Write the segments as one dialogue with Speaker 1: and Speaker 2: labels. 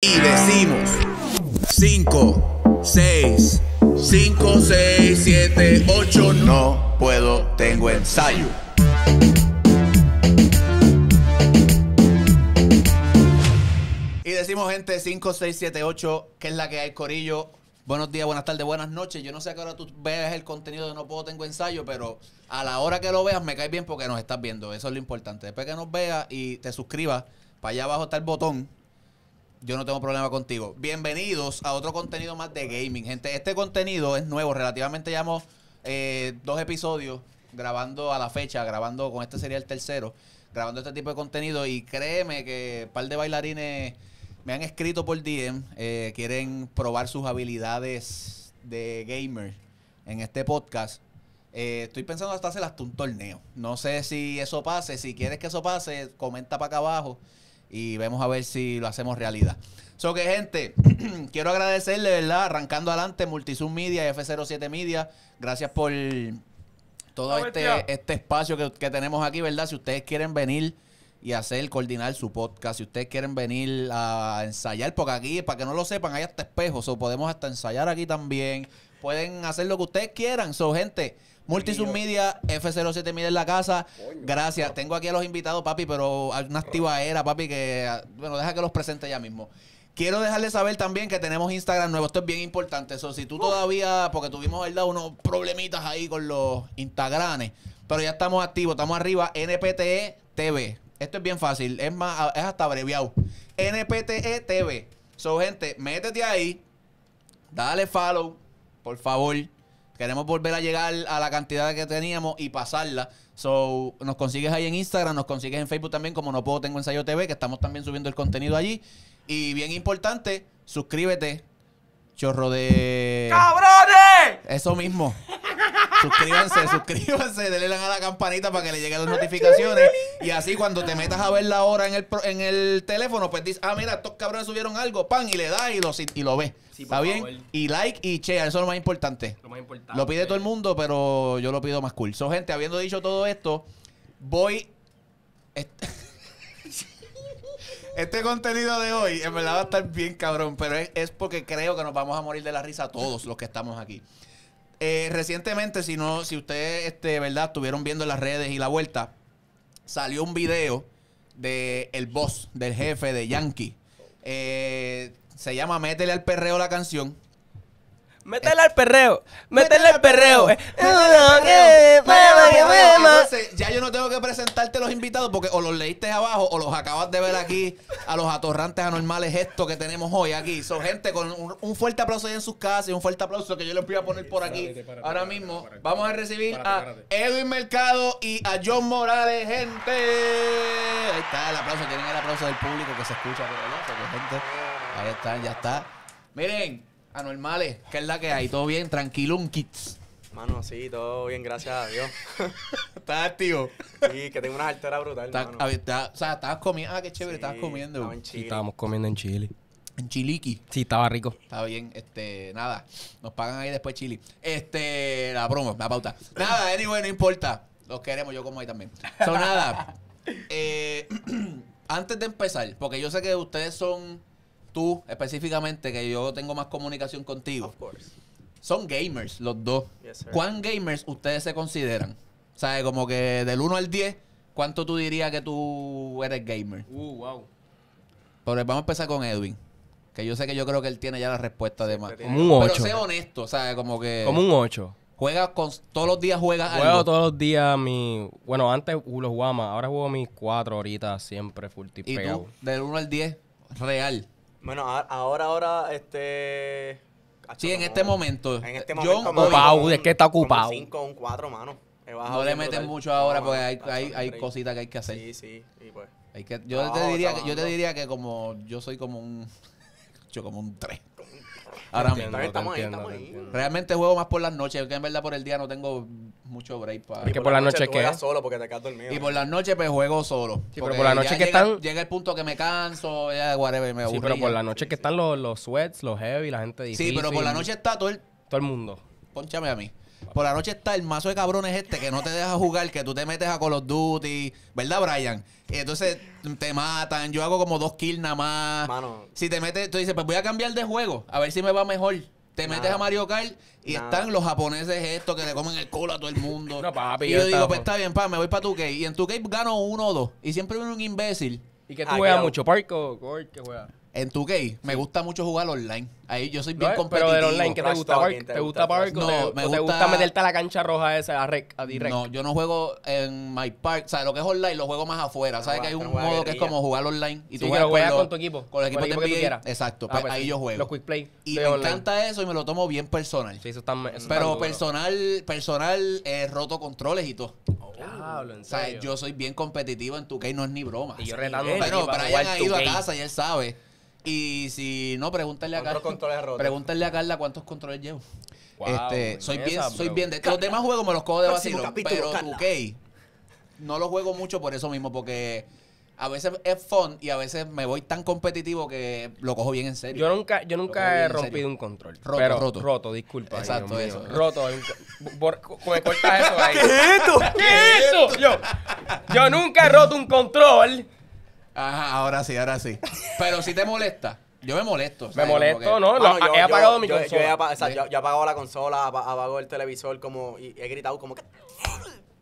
Speaker 1: Y decimos 5, 6, 5, 6, 7, 8, no puedo, tengo ensayo. Y decimos gente 5, 6, 7, 8, que es la que hay corillo. Buenos días, buenas tardes, buenas noches. Yo no sé a qué hora tú veas el contenido de No Puedo Tengo Ensayo, pero a la hora que lo veas me cae bien porque nos estás viendo. Eso es lo importante. Después que nos veas y te suscribas, para allá abajo está el botón yo no tengo problema contigo. Bienvenidos a otro contenido más de gaming, gente. Este contenido es nuevo, relativamente llevamos eh, dos episodios grabando a la fecha, grabando con este sería el tercero, grabando este tipo de contenido y créeme que un par de bailarines me han escrito por DM, eh, quieren probar sus habilidades de gamer en este podcast. Eh, estoy pensando hasta hacer hasta un torneo. No sé si eso pase. Si quieres que eso pase, comenta para acá abajo y vemos a ver si lo hacemos realidad. So que gente, quiero agradecerle, ¿verdad? Arrancando adelante, Multisum Media y F07 Media. Gracias por todo
Speaker 2: Vamos, tía.
Speaker 1: este, este espacio que, que tenemos aquí, ¿verdad? Si ustedes quieren venir y hacer, coordinar su podcast, si ustedes quieren venir a ensayar, porque aquí, para que no lo sepan, hay hasta espejos, o podemos hasta ensayar aquí también. Pueden hacer lo que ustedes quieran. So, gente, Multisub Media, F07 Media en la casa. Gracias. Tengo aquí a los invitados, papi, pero hay una activa era, papi, que, ah, bueno, deja que los presente ya mismo. Quiero dejarles saber también que tenemos Instagram nuevo. Esto es bien importante. Eso, si tú todavía, porque tuvimos ¿verdad? unos problemitas ahí con los Instagrames, pero ya estamos activos, estamos arriba. NPTE TV. E Esto es bien fácil, es más, a- es hasta abreviado. NPTE TV. E So, gente, métete ahí, dale follow, por favor. Queremos volver a llegar a la cantidad que teníamos y pasarla. So, nos consigues ahí en Instagram, nos consigues en Facebook también, como No Puedo Tengo Ensayo TV, que estamos también subiendo el contenido allí. Y bien importante, suscríbete, chorro de...
Speaker 2: ¡Cabrones!
Speaker 1: Eso mismo. Suscríbanse, suscríbanse, denle a la campanita para que le lleguen las notificaciones. Y así cuando te metas a ver la hora en el, pro- en el teléfono, pues dices, ah, mira, estos cabrones subieron algo, pan, y le das y lo, si- y lo ves.
Speaker 3: Sí, por
Speaker 1: ¿Está bien?
Speaker 3: favor.
Speaker 1: Y like y share, eso es lo más importante.
Speaker 3: Lo más importante.
Speaker 1: Lo pide todo el mundo, pero yo lo pido más cool. So, gente, habiendo dicho todo esto, voy. Este, Este contenido de hoy, en verdad va a estar bien cabrón, pero es, es porque creo que nos vamos a morir de la risa todos los que estamos aquí. Eh, recientemente, si no, si ustedes, este, verdad, estuvieron viendo en las redes y la vuelta, salió un video de el boss, del jefe de Yankee. Eh, se llama Métele al perreo la canción.
Speaker 2: Métele al perreo. Métele al perreo.
Speaker 3: Eh,
Speaker 1: Entonces, ya yo no tengo que presentarte los invitados porque o los leíste abajo o los acabas de ver aquí a los atorrantes anormales estos que tenemos hoy aquí. Son gente con un, un fuerte aplauso ahí en sus casas y un fuerte aplauso que yo les voy a poner por aquí. Ahora mismo vamos a recibir a Edwin Mercado y a John Morales, gente. Ahí está el aplauso, tienen el aplauso del público que se escucha por allá, porque, gente. Ahí están, ya está. Miren, anormales, que es la que hay, todo bien, tranquilón, kids.
Speaker 4: Mano, sí, todo bien, gracias a Dios.
Speaker 1: Está activo.
Speaker 4: Y que tengo unas alteras brutales,
Speaker 1: Está-
Speaker 4: mano.
Speaker 1: a ver, está- o sea, estabas comiendo. Ah, qué
Speaker 4: Sí,
Speaker 1: chévere, estabas comiendo.
Speaker 4: estaba en
Speaker 3: Sí,
Speaker 4: Chile.
Speaker 3: estábamos comiendo en Chile.
Speaker 1: En chiliqui.
Speaker 3: Sí, estaba rico.
Speaker 1: Está bien, este, nada. Nos pagan ahí después chili. Este, la broma, la pauta. Nada, anyway, no importa. Los queremos, yo como ahí también. So, nada. eh, antes de empezar, porque yo sé que ustedes son, tú específicamente, que yo tengo más comunicación contigo.
Speaker 4: Of course.
Speaker 1: Son gamers, los dos.
Speaker 4: Yes, sir.
Speaker 1: ¿Cuán gamers ustedes se consideran? O sea, como que del 1 al 10, ¿cuánto tú dirías que tú eres gamer?
Speaker 3: Uh, wow.
Speaker 1: Pero vamos a empezar con Edwin. Que yo sé que yo creo que él tiene ya la respuesta de más.
Speaker 4: tiene.
Speaker 3: Como un
Speaker 1: Pero
Speaker 3: 8.
Speaker 1: sé honesto, ¿sabes? Como que.
Speaker 3: Como un 8.
Speaker 1: Juegas con. Todos los días juegas
Speaker 3: Juego
Speaker 1: algo.
Speaker 3: todos los días mi... Bueno, antes los jugaba más. Ahora juego mis 4 horitas siempre full tip
Speaker 1: y
Speaker 3: pegado.
Speaker 1: tú, del 1 al 10, real.
Speaker 4: Bueno, a- ahora, ahora, este...
Speaker 1: Sí,
Speaker 4: Hacho,
Speaker 1: en
Speaker 4: no.
Speaker 1: este momento.
Speaker 4: En este
Speaker 1: John
Speaker 4: momento.
Speaker 1: hoy-
Speaker 3: Ocupado, es que está ocupado.
Speaker 4: Un 5, un 4, mano. He bajado
Speaker 1: No le
Speaker 4: bien
Speaker 1: metes
Speaker 4: brutal. Ah,
Speaker 1: mucho ahora
Speaker 4: No,
Speaker 1: porque
Speaker 4: mano,
Speaker 1: hay,
Speaker 4: hacho,
Speaker 1: hay,
Speaker 4: no
Speaker 1: hay
Speaker 4: break.
Speaker 1: cositas que hay que hacer.
Speaker 4: Sí, sí, y pues...
Speaker 1: Hay que, yo, te
Speaker 4: Trabajo,
Speaker 1: diría que, yo te
Speaker 4: trabajo.
Speaker 1: diría que como. Yo soy como un. Yo como un 3. Ahora mismo.
Speaker 4: También estamos ahí,
Speaker 3: entiendo,
Speaker 4: estamos
Speaker 3: te
Speaker 4: ahí.
Speaker 3: entiendo.
Speaker 1: Realmente juego más por las noches. Que en verdad por el día no tengo mucho break para.
Speaker 3: Es que por la noche,
Speaker 4: tú
Speaker 3: ¿qué?
Speaker 4: juegas solo porque te quedas dormido.
Speaker 1: Y por las noches pues juego solo.
Speaker 3: pero
Speaker 1: Porque
Speaker 3: por la
Speaker 1: ya
Speaker 3: noche que
Speaker 1: llega-
Speaker 3: están-
Speaker 1: Llega el punto que me canso, ya whatever, me
Speaker 3: Sí,
Speaker 1: aburría.
Speaker 3: pero por la noche que están los, los sweats, los heavy, la gente
Speaker 1: Sí,
Speaker 3: difícil.
Speaker 1: pero por la noche está todo el...
Speaker 3: Todo el mundo.
Speaker 1: Pónchame a mí. Por la noche está el mazo de cabrones este que no te deja jugar, que tú te metes a Call of Duty, ¿verdad, Brian? Y entonces te matan, yo hago como dos kills nada más.
Speaker 4: Mano.
Speaker 1: Si te metes, tú dices, pues voy a cambiar de juego, a ver si me va mejor. Te
Speaker 4: Nada.
Speaker 1: metes a Mario Kart y
Speaker 4: Nada.
Speaker 1: están los japoneses estos que le comen el culo a todo el mundo.
Speaker 3: No, papi,
Speaker 1: y
Speaker 3: yo
Speaker 1: yo digo,
Speaker 3: estaba-
Speaker 1: pues está bien, pa, me voy para tu cave. Y en tu cave gano uno o dos. Y siempre viene un imbécil.
Speaker 3: ¿Y que tú
Speaker 4: Ah,
Speaker 3: juegas
Speaker 4: claro.
Speaker 3: mucho? ¿Park o Gork? ¿Qué juegas?
Speaker 1: En tu gay, me gusta mucho jugar online. Ahí yo soy bien
Speaker 3: No, eh,
Speaker 1: competitivo.
Speaker 3: pero del online, ¿qué te
Speaker 4: Trash
Speaker 3: gusta,
Speaker 4: talking,
Speaker 3: Park?
Speaker 4: te
Speaker 3: ¿Te
Speaker 4: gusta
Speaker 3: gusta Park
Speaker 1: trash
Speaker 3: o te-
Speaker 1: talk.
Speaker 3: o
Speaker 1: No, me
Speaker 3: te gusta
Speaker 1: gusta-
Speaker 3: meterte a la cancha roja esa, a, rec, a direct?
Speaker 1: No, yo no juego en My Park. O sea, lo que es online lo juego más afuera. ¿Sabes
Speaker 4: Ah,
Speaker 1: que hay
Speaker 4: tú
Speaker 1: un
Speaker 4: no
Speaker 1: modo
Speaker 4: juegas
Speaker 1: que es
Speaker 4: guerrilla.
Speaker 1: como jugar online? Y
Speaker 3: Sí, que
Speaker 1: juegas
Speaker 3: lo juegas
Speaker 1: los-
Speaker 3: con tu
Speaker 1: Con
Speaker 3: equipo,
Speaker 1: los
Speaker 3: con el
Speaker 1: equipos de
Speaker 3: equipo que tú
Speaker 1: NBA.
Speaker 3: quieras.
Speaker 1: Exacto.
Speaker 3: Ah,
Speaker 1: pues
Speaker 3: pues
Speaker 1: ahí
Speaker 3: sí,
Speaker 1: yo juego.
Speaker 3: los quick play
Speaker 1: Y
Speaker 3: de
Speaker 1: me
Speaker 3: online.
Speaker 1: encanta eso y me lo tomo bien personal.
Speaker 3: Sí, eso está, eso está
Speaker 1: Pero
Speaker 3: duro.
Speaker 1: personal, personal, eh, roto controles y todo.
Speaker 3: Diablo, en
Speaker 1: O sea,
Speaker 3: serio.
Speaker 1: yo soy bien competitivo en tu que no es ni broma.
Speaker 3: Y yo retando
Speaker 4: nivel.
Speaker 1: Bueno,
Speaker 3: para
Speaker 1: Brian
Speaker 3: jugar
Speaker 1: ha ido a
Speaker 3: 2K.
Speaker 1: casa y él sabe. Y si no, pregúntale a
Speaker 4: ¿Cuántos
Speaker 1: Carla.
Speaker 4: controles rotos?
Speaker 1: Pregúntale a Carla cuántos controles llevo.
Speaker 3: Wow,
Speaker 1: este,
Speaker 3: en
Speaker 1: soy bien,
Speaker 3: esa,
Speaker 1: soy
Speaker 3: bro.
Speaker 1: bien de los demás juegos me los cojo de
Speaker 4: Próximo
Speaker 1: vacilo,
Speaker 4: capítulo,
Speaker 1: pero tu
Speaker 4: Carla.
Speaker 1: key no lo juego mucho por eso mismo porque a veces es fun y a veces me voy tan competitivo que lo cojo bien en serio.
Speaker 3: Yo nunca, yo
Speaker 1: Lo
Speaker 3: nunca
Speaker 1: cogí
Speaker 3: he
Speaker 1: en serio.
Speaker 3: rompido un control.
Speaker 1: Roto,
Speaker 3: pero,
Speaker 1: roto.
Speaker 3: Roto, disculpa. ay,
Speaker 1: Exacto,
Speaker 3: Dios
Speaker 1: eso.
Speaker 3: mío. Roto. hay un co- bor- co- Me corta eso ahí.
Speaker 4: ¿Qué es esto?
Speaker 3: ¿Qué es eso? Yo, yo nunca he roto un control.
Speaker 1: Ajá, ahora sí, ahora sí. Pero si te molesta, yo me molesto.
Speaker 3: Me
Speaker 1: ¿sabes? Como
Speaker 3: molesto,
Speaker 1: que-
Speaker 3: ¿no?
Speaker 4: Mano,
Speaker 3: Lo- he apagado mi
Speaker 4: yo- yo he
Speaker 3: consola.
Speaker 4: apa- o sea, yo- yo he apagado la consola, apa- apago el televisor como, y he gritado como que...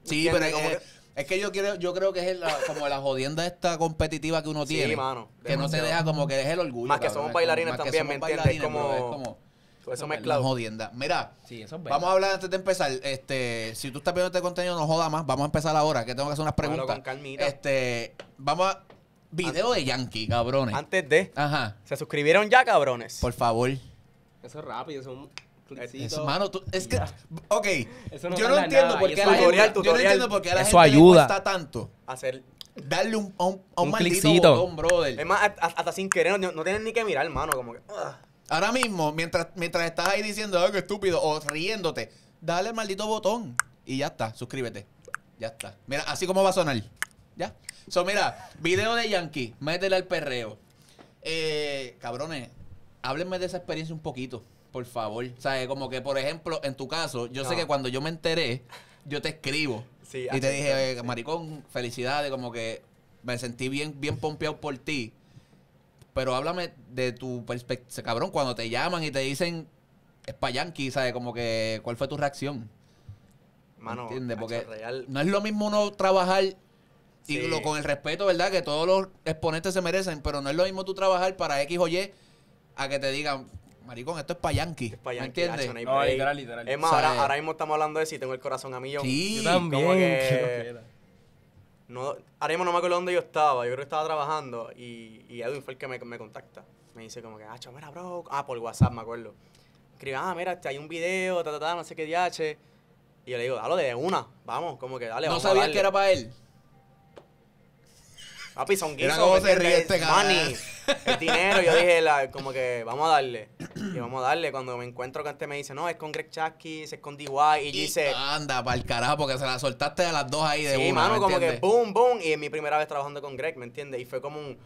Speaker 1: Sí,
Speaker 4: ¿Entiendes?
Speaker 1: pero es,
Speaker 4: Como
Speaker 1: es- Eh, es que yo creo, yo creo que es la- como la jodienda esta competitiva que uno
Speaker 4: Sí,
Speaker 1: tiene.
Speaker 4: mano,
Speaker 1: que no te
Speaker 4: demasiado.
Speaker 1: deja como que es el orgullo.
Speaker 4: Más que
Speaker 1: cabrón,
Speaker 4: somos
Speaker 1: es como-
Speaker 4: bailarines
Speaker 1: más que
Speaker 4: también,
Speaker 1: somos
Speaker 4: ¿me entiendes?
Speaker 1: bailarines,
Speaker 4: Es como-
Speaker 1: bro, es como
Speaker 4: Todo eso
Speaker 1: la
Speaker 4: mezclado.
Speaker 1: jodienda. Mira,
Speaker 3: Sí, eso es verdad.
Speaker 1: vamos a hablar antes de empezar. Este, si tú estás viendo este contenido, no joda más. Vamos a empezar ahora, que tengo que hacer unas
Speaker 4: Hágalo
Speaker 1: preguntas.
Speaker 4: con calmita.
Speaker 1: Este, vamos a. Video de Yankee, cabrones.
Speaker 4: Antes de...
Speaker 1: Ajá.
Speaker 4: ¿Se suscribieron ya, cabrones?
Speaker 1: Por favor.
Speaker 3: Eso es rápido, eso es un cliccito.
Speaker 1: Es, mano, tú- es que. Ok.
Speaker 3: Eso no
Speaker 1: yo no
Speaker 3: tarda
Speaker 1: entiendo
Speaker 3: nada,
Speaker 1: por
Speaker 3: y
Speaker 1: qué a
Speaker 3: eso-
Speaker 1: la gente.
Speaker 4: Tutorial,
Speaker 1: Yo no
Speaker 4: tutorial.
Speaker 1: entiendo por qué a la
Speaker 3: Eso
Speaker 1: gente
Speaker 3: ayuda.
Speaker 1: le cuesta tanto
Speaker 4: Hacer...
Speaker 1: darle un, a un, a un
Speaker 3: Un
Speaker 1: maldito
Speaker 3: cliccito.
Speaker 1: botón, brother.
Speaker 4: Es más, hasta- hasta sin querer, no, no tienen ni que mirar, hermano, como que... ah.
Speaker 1: Ahora mismo, mientras, mientras estás ahí diciendo, algo estúpido, o riéndote, dale el maldito botón y ya está, suscríbete. Ya está. Mira, así como va a sonar. Ya. So, mira, video de Yankee, métele al perreo. Eh, cabrones, háblenme de esa experiencia un poquito, por favor. O sea, como que, por ejemplo, en tu caso, yo sé
Speaker 4: No.
Speaker 1: que cuando yo me enteré, yo te escribo.
Speaker 4: Sí,
Speaker 1: y te
Speaker 4: así
Speaker 1: dije,
Speaker 4: es,
Speaker 1: eh,
Speaker 4: sí.
Speaker 1: maricón, felicidades, como que me sentí bien, bien pompeado por ti. Pero háblame de tu perspectiva, cabrón, cuando te llaman y te dicen, es pa' Yankee, ¿sabes? Como que, ¿cuál fue tu reacción?
Speaker 4: Mano,
Speaker 1: ¿Entiendes? Porque
Speaker 4: hacho, real,
Speaker 1: no es lo mismo uno trabajar y
Speaker 4: Sí.
Speaker 1: lo- con el respeto, ¿verdad? Que todos los exponentes se merecen, pero no es lo mismo tú trabajar para X o Y a que te digan, maricón, esto es pa' Yankee.
Speaker 4: es pa'
Speaker 1: ¿Me
Speaker 4: Yankee,
Speaker 1: entiendes?
Speaker 4: hacho, hay
Speaker 3: No,
Speaker 4: break.
Speaker 3: literal, literal.
Speaker 4: Es más,
Speaker 1: O sea,
Speaker 4: ahora, ahora mismo estamos hablando de si tengo el corazón a millón.
Speaker 1: Sí.
Speaker 3: Yo
Speaker 4: como
Speaker 3: también.
Speaker 4: que-
Speaker 3: qué loquera.
Speaker 4: No, ahora mismo no me acuerdo dónde yo estaba. Yo creo que estaba trabajando y, y Edwin fue el que me, me contacta. Me dice como que, ah, chau, mira, bro. Ah, por WhatsApp, me acuerdo. Escribe, ah, mira, este, hay un video, ta, ta, ta, no sé qué diache. Y yo le digo, dalo de una, vamos, como que dale,
Speaker 1: no
Speaker 4: vamos a
Speaker 1: sabías
Speaker 4: darle.
Speaker 1: que era para él.
Speaker 4: Papi, son
Speaker 1: Mira
Speaker 4: guisos,
Speaker 1: cómo
Speaker 4: ¿me
Speaker 1: se ríe
Speaker 4: entiendes?
Speaker 1: este
Speaker 4: Money, el dinero. Yo dije, la- como que, vamos a darle. Y vamos a darle. Cuando me encuentro que antes me dice, no, es con Greg Chasky, es con DY. Y, yo dice,
Speaker 1: Anda, para el carajo, porque se la soltaste a las dos ahí ah, de
Speaker 4: Sí,
Speaker 1: una,
Speaker 4: mano,
Speaker 1: ¿me
Speaker 4: como que uh,
Speaker 1: entiendes?
Speaker 4: boom, boom. Y es mi primera vez trabajando con Greg, ¿me entiendes? Y fue como un.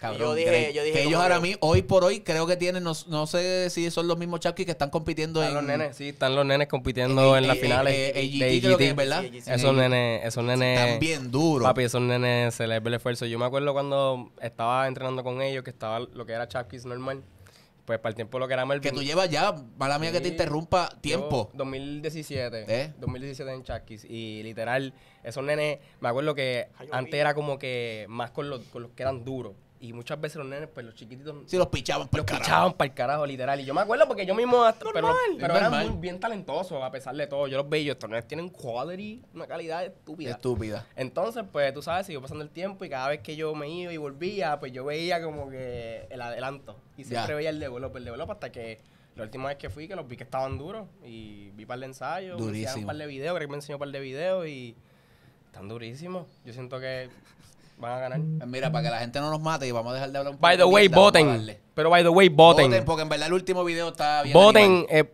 Speaker 1: Cabrón,
Speaker 4: Yo dije-
Speaker 1: Drake,
Speaker 4: yo dije
Speaker 1: que
Speaker 4: como
Speaker 1: ellos
Speaker 4: que-
Speaker 1: ahora mismo, hoy por hoy, creo que tienen, no, no sé si son los mismos Chucky que están compitiendo en
Speaker 3: Están los nenes, sí, están los nenes compitiendo en las
Speaker 1: eh,
Speaker 3: finales.
Speaker 1: eh, eh, AGT,
Speaker 3: de
Speaker 1: creo que
Speaker 3: AGT.
Speaker 1: es, ¿verdad?
Speaker 4: Sí, AGT.
Speaker 3: Esos nenes, esos nenes.
Speaker 4: Eh,
Speaker 1: Están bien duros.
Speaker 3: Papi, esos nenes se les ve el esfuerzo. Yo me acuerdo cuando estaba entrenando con ellos, que estaba lo que era Chapkis normal. Pues para el tiempo lo que era
Speaker 1: que
Speaker 3: Melvin.
Speaker 1: tú llevas ya, mala mía que te
Speaker 3: Sí.
Speaker 1: interrumpa,
Speaker 3: Yo,
Speaker 1: tiempo.
Speaker 3: 2017.
Speaker 1: ¿Eh?
Speaker 3: 2017 en Chapkis. Y literal, esos nenes, me acuerdo que
Speaker 4: Ay, yo
Speaker 3: antes
Speaker 4: vi.
Speaker 3: era como que más con los, con los que eran duros. Y muchas veces los nenes, pues los chiquititos
Speaker 1: Si los pichaban por
Speaker 3: los
Speaker 1: carajo.
Speaker 3: pichaban para el carajo, literal. Y yo me acuerdo porque yo mismo. hasta- pero pero eran
Speaker 1: Normal.
Speaker 3: muy bien talentosos, a pesar de todo. Yo los veía, y yo, estos nenes tienen quality, una calidad estúpida.
Speaker 1: Estúpida.
Speaker 3: Entonces, pues tú sabes, siguió pasando el tiempo y cada vez que yo me iba y volvía, pues yo veía como que el adelanto. Y siempre
Speaker 1: Ya.
Speaker 3: veía el develop, el develop hasta que la última vez que fui, que los vi que estaban duros y vi par de ensayos, me enseñaron
Speaker 1: Durísimo.
Speaker 3: un par de videos, creo que me enseñó un par de videos y están durísimos. Yo siento que van a ganar.
Speaker 1: Pues Mira, para que la gente no nos mate y vamos a dejar de hablar un
Speaker 3: By the
Speaker 1: poco de
Speaker 3: way,
Speaker 1: mierda, vamos a
Speaker 3: voten.
Speaker 1: darle.
Speaker 3: Pero by the way,
Speaker 1: Voten.
Speaker 3: voten.
Speaker 1: porque en verdad el último video está bien.
Speaker 3: Voten.
Speaker 1: animal.
Speaker 3: eh,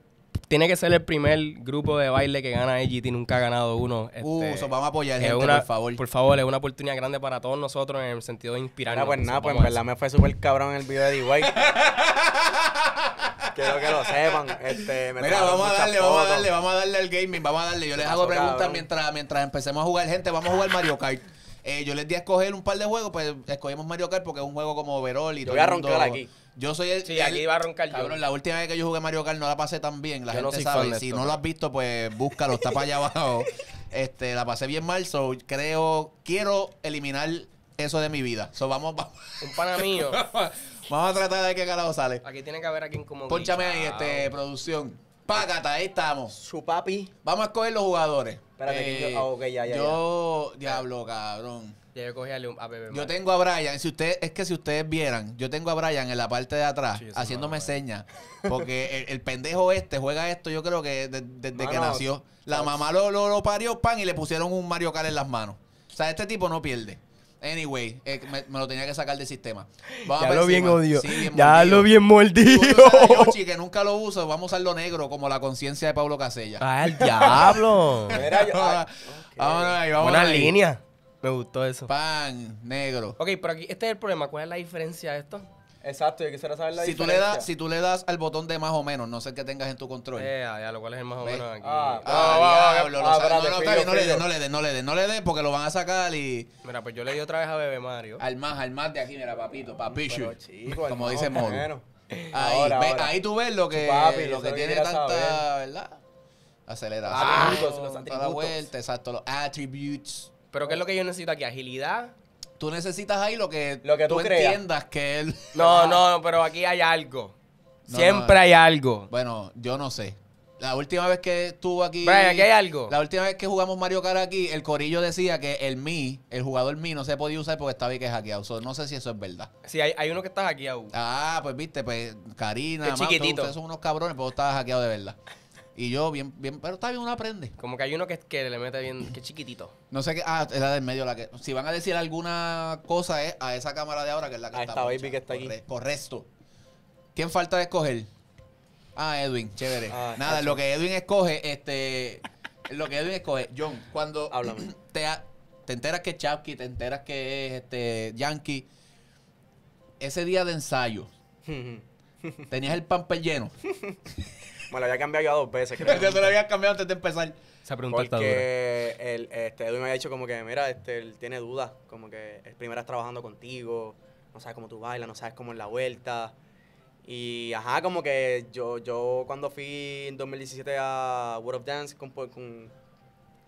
Speaker 3: tiene que ser el primer grupo de baile que gana AGT. Nunca ha ganado uno. Este,
Speaker 1: Uh, so vamos a apoyar,
Speaker 3: es
Speaker 1: gente,
Speaker 3: una-
Speaker 1: por favor.
Speaker 3: Por favor, es una oportunidad grande para todos nosotros en el sentido de inspirarnos.
Speaker 4: Mira, Ah, pues nada,
Speaker 3: So,
Speaker 4: pues en
Speaker 3: vamos a
Speaker 4: verdad me fue súper cabrón el video de DY. Quiero que lo sepan. Este, me
Speaker 1: Mira,
Speaker 4: tomaron
Speaker 1: vamos a
Speaker 4: muchas
Speaker 1: darle, vamos a
Speaker 4: fotos.
Speaker 1: darle, vamos a darle al gaming, vamos a darle. Yo les hago
Speaker 4: pasó,
Speaker 1: preguntas
Speaker 4: cabrón?
Speaker 1: mientras, mientras empecemos a jugar, gente, vamos a jugar Mario Kart. Eh, yo les di a escoger un par de juegos, pues escogimos Mario Kart porque es un juego como overall y
Speaker 4: Yo
Speaker 1: todo
Speaker 4: voy a
Speaker 1: el mundo-
Speaker 4: roncar aquí.
Speaker 1: Yo soy el...
Speaker 3: Sí, aquí
Speaker 1: el-
Speaker 3: iba a roncar yo.
Speaker 1: Cabrón, la última vez que yo jugué Mario Kart no la pasé tan bien. La
Speaker 3: Yo no
Speaker 1: gente
Speaker 3: soy fan
Speaker 1: sabe.
Speaker 3: de
Speaker 1: Si
Speaker 3: esto,
Speaker 1: no lo has visto, pues búscalo, está para allá abajo. Este, la pasé bien mal, so creo, quiero eliminar eso de mi vida. So vamos, vamos,
Speaker 3: Un pana mío.
Speaker 1: vamos a tratar de que carajo sale.
Speaker 3: Aquí tiene que haber a quien como.
Speaker 1: Pónchame ahí,
Speaker 3: Guichao.
Speaker 1: este, producción. Págata, ahí estamos.
Speaker 4: Su papi.
Speaker 1: Vamos a escoger los jugadores. Eh,
Speaker 4: Espérate, que yo- ah, ok, ya, ya,
Speaker 1: Yo, diablo, cabrón.
Speaker 3: Ya yo cogí a León. A bebé.
Speaker 1: Yo tengo a Brian, si usted, es que si ustedes vieran, yo tengo a Brian en la parte de atrás
Speaker 3: Sí, ese
Speaker 1: haciéndome
Speaker 3: mano,
Speaker 1: señas. Porque el, el pendejo este juega esto, yo creo que de- desde que
Speaker 4: Mano,
Speaker 1: nació. La mamá lo, lo, lo parió, pan, y le pusieron un Mario Kart en las manos. O sea, este tipo no pierde. Anyway, eh, me, me lo tenía que sacar del sistema. Vamos pa' encima. Sí, mordido.
Speaker 3: mordido.
Speaker 1: Tú usas a Yoshi, que nunca lo uso, vamos a usarlo negro como la conciencia de Pablo Casella.
Speaker 4: Ah,
Speaker 3: al Ah, diablo.
Speaker 4: Mira, yo- ah, ok.
Speaker 1: Vámonos ahí, vámonos
Speaker 3: Buena
Speaker 1: ahí.
Speaker 3: línea. Me gustó eso.
Speaker 1: Pan, negro.
Speaker 3: Ok, pero aquí, este es el problema. ¿Cuál es la diferencia de esto?
Speaker 4: Exacto, yo quisiera saber la
Speaker 1: Si tú, le
Speaker 4: diferencia.
Speaker 1: das, si tú le das al botón de más o menos, no sé el que tengas en tu control.
Speaker 3: Eh, ah, diablo, ¿cuál es el más o
Speaker 1: Ve.
Speaker 3: menos aquí?
Speaker 4: Ah.
Speaker 1: Ah,
Speaker 4: Ah,
Speaker 1: diablo,
Speaker 4: ah,
Speaker 1: lo
Speaker 4: ah,
Speaker 1: sabe.
Speaker 4: espérate,
Speaker 1: No, no,
Speaker 4: fui
Speaker 1: está
Speaker 4: yo,
Speaker 1: bien, no le
Speaker 4: fui
Speaker 1: des,
Speaker 4: yo.
Speaker 1: no le des, no le des, no le des porque lo van a sacar y.
Speaker 3: Mira, pues yo le di otra vez a Bebé Mario.
Speaker 1: Al más, al más de aquí, mira, papito, papichu.
Speaker 4: Pero, chico,
Speaker 1: Como
Speaker 4: no,
Speaker 1: dice Moro.
Speaker 4: bueno.
Speaker 1: Ahí,
Speaker 4: Ahora,
Speaker 1: ve-
Speaker 4: ahora.
Speaker 1: ahí tú ves lo que, lo
Speaker 4: Papi, eso
Speaker 1: que
Speaker 4: lo
Speaker 1: tiene
Speaker 4: quería
Speaker 1: tanta,
Speaker 4: saber.
Speaker 1: ¿verdad? Aceleración.
Speaker 4: Atributos, los
Speaker 1: toda la
Speaker 4: atributos.
Speaker 1: vuelta, exacto, los attributes.
Speaker 3: Pero ¿qué es lo que yo necesito aquí? ¿Agilidad?
Speaker 1: Tú necesitas ahí lo que,
Speaker 4: Lo que tú creas.
Speaker 1: entiendas que él.
Speaker 3: No, no, no, pero aquí hay algo.
Speaker 1: No,
Speaker 3: Siempre
Speaker 1: no.
Speaker 3: hay algo.
Speaker 1: Bueno, yo no sé. La última vez que estuvo aquí.
Speaker 3: Brian, aquí hay algo.
Speaker 1: La última vez que jugamos Mario Kart aquí, el Corillo decía que el Mi, el jugador Mi, no se podía usar porque estaba ahí que hackeado. So, no sé si eso es verdad.
Speaker 3: Sí, hay, hay uno que está aquí aún.
Speaker 1: Ah, pues viste, pues Karina,
Speaker 3: Qué
Speaker 1: Mau, todos
Speaker 3: chiquitito.
Speaker 1: ustedes son unos cabrones, pero estaba hackeado de verdad. Y yo, bien, bien, pero está bien, uno aprende.
Speaker 3: Como que hay uno que, que le mete bien, que es chiquitito.
Speaker 1: No sé qué. Ah, es la del medio la que. Si van a decir alguna cosa, es a esa cámara de ahora que es la que
Speaker 4: A
Speaker 1: está.
Speaker 4: esta baby
Speaker 1: ponchada.
Speaker 4: que está aquí.
Speaker 1: Corre- Correcto. ¿Quién falta de escoger? Ah, Edwin, chévere.
Speaker 4: Ah,
Speaker 1: Nada,
Speaker 4: chacho.
Speaker 1: lo que Edwin escoge, este. Lo que Edwin escoge, John, cuando
Speaker 4: Háblame.
Speaker 1: te, ha- te enteras que es Chapki, te enteras que es este Yankee, ese día de ensayo, tenías el pamper lleno.
Speaker 4: Me lo había cambiado yo dos veces, creo.
Speaker 1: Yo te lo había cambiado antes de empezar.
Speaker 3: Esa
Speaker 4: Porque el, este, Edwin me había dicho como que, mira, este, él tiene dudas, como que es primera vez trabajando contigo, no sabes cómo tú bailas, no sabes cómo es la vuelta. Y ajá, como que yo, yo cuando fui en 2017 a World of Dance con, pues, con,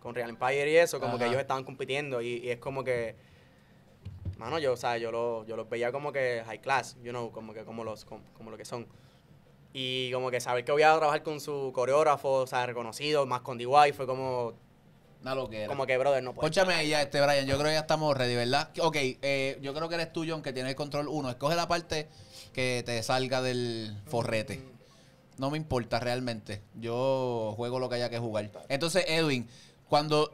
Speaker 4: con Real Empire y eso, como que
Speaker 1: Ajá.
Speaker 4: ellos estaban compitiendo y, y es como que, mano, yo, o sea, yo, lo, yo los veía como que high class, you know, como que como, los, como, como lo que son. Y como que saber que voy a trabajar con su coreógrafo, o sea, reconocido, más con DY, fue como,
Speaker 1: Una loquera.
Speaker 4: como que, brother, no puedo.
Speaker 1: Pónchame ahí ya, este, Brian. Yo creo que ya estamos ready, ¿verdad? Ok, eh, yo creo que eres tú, John, que tiene el control 1. Escoge la parte que te salga del forrete. No me importa realmente. Yo juego lo que haya que jugar. Entonces, Edwin, cuando.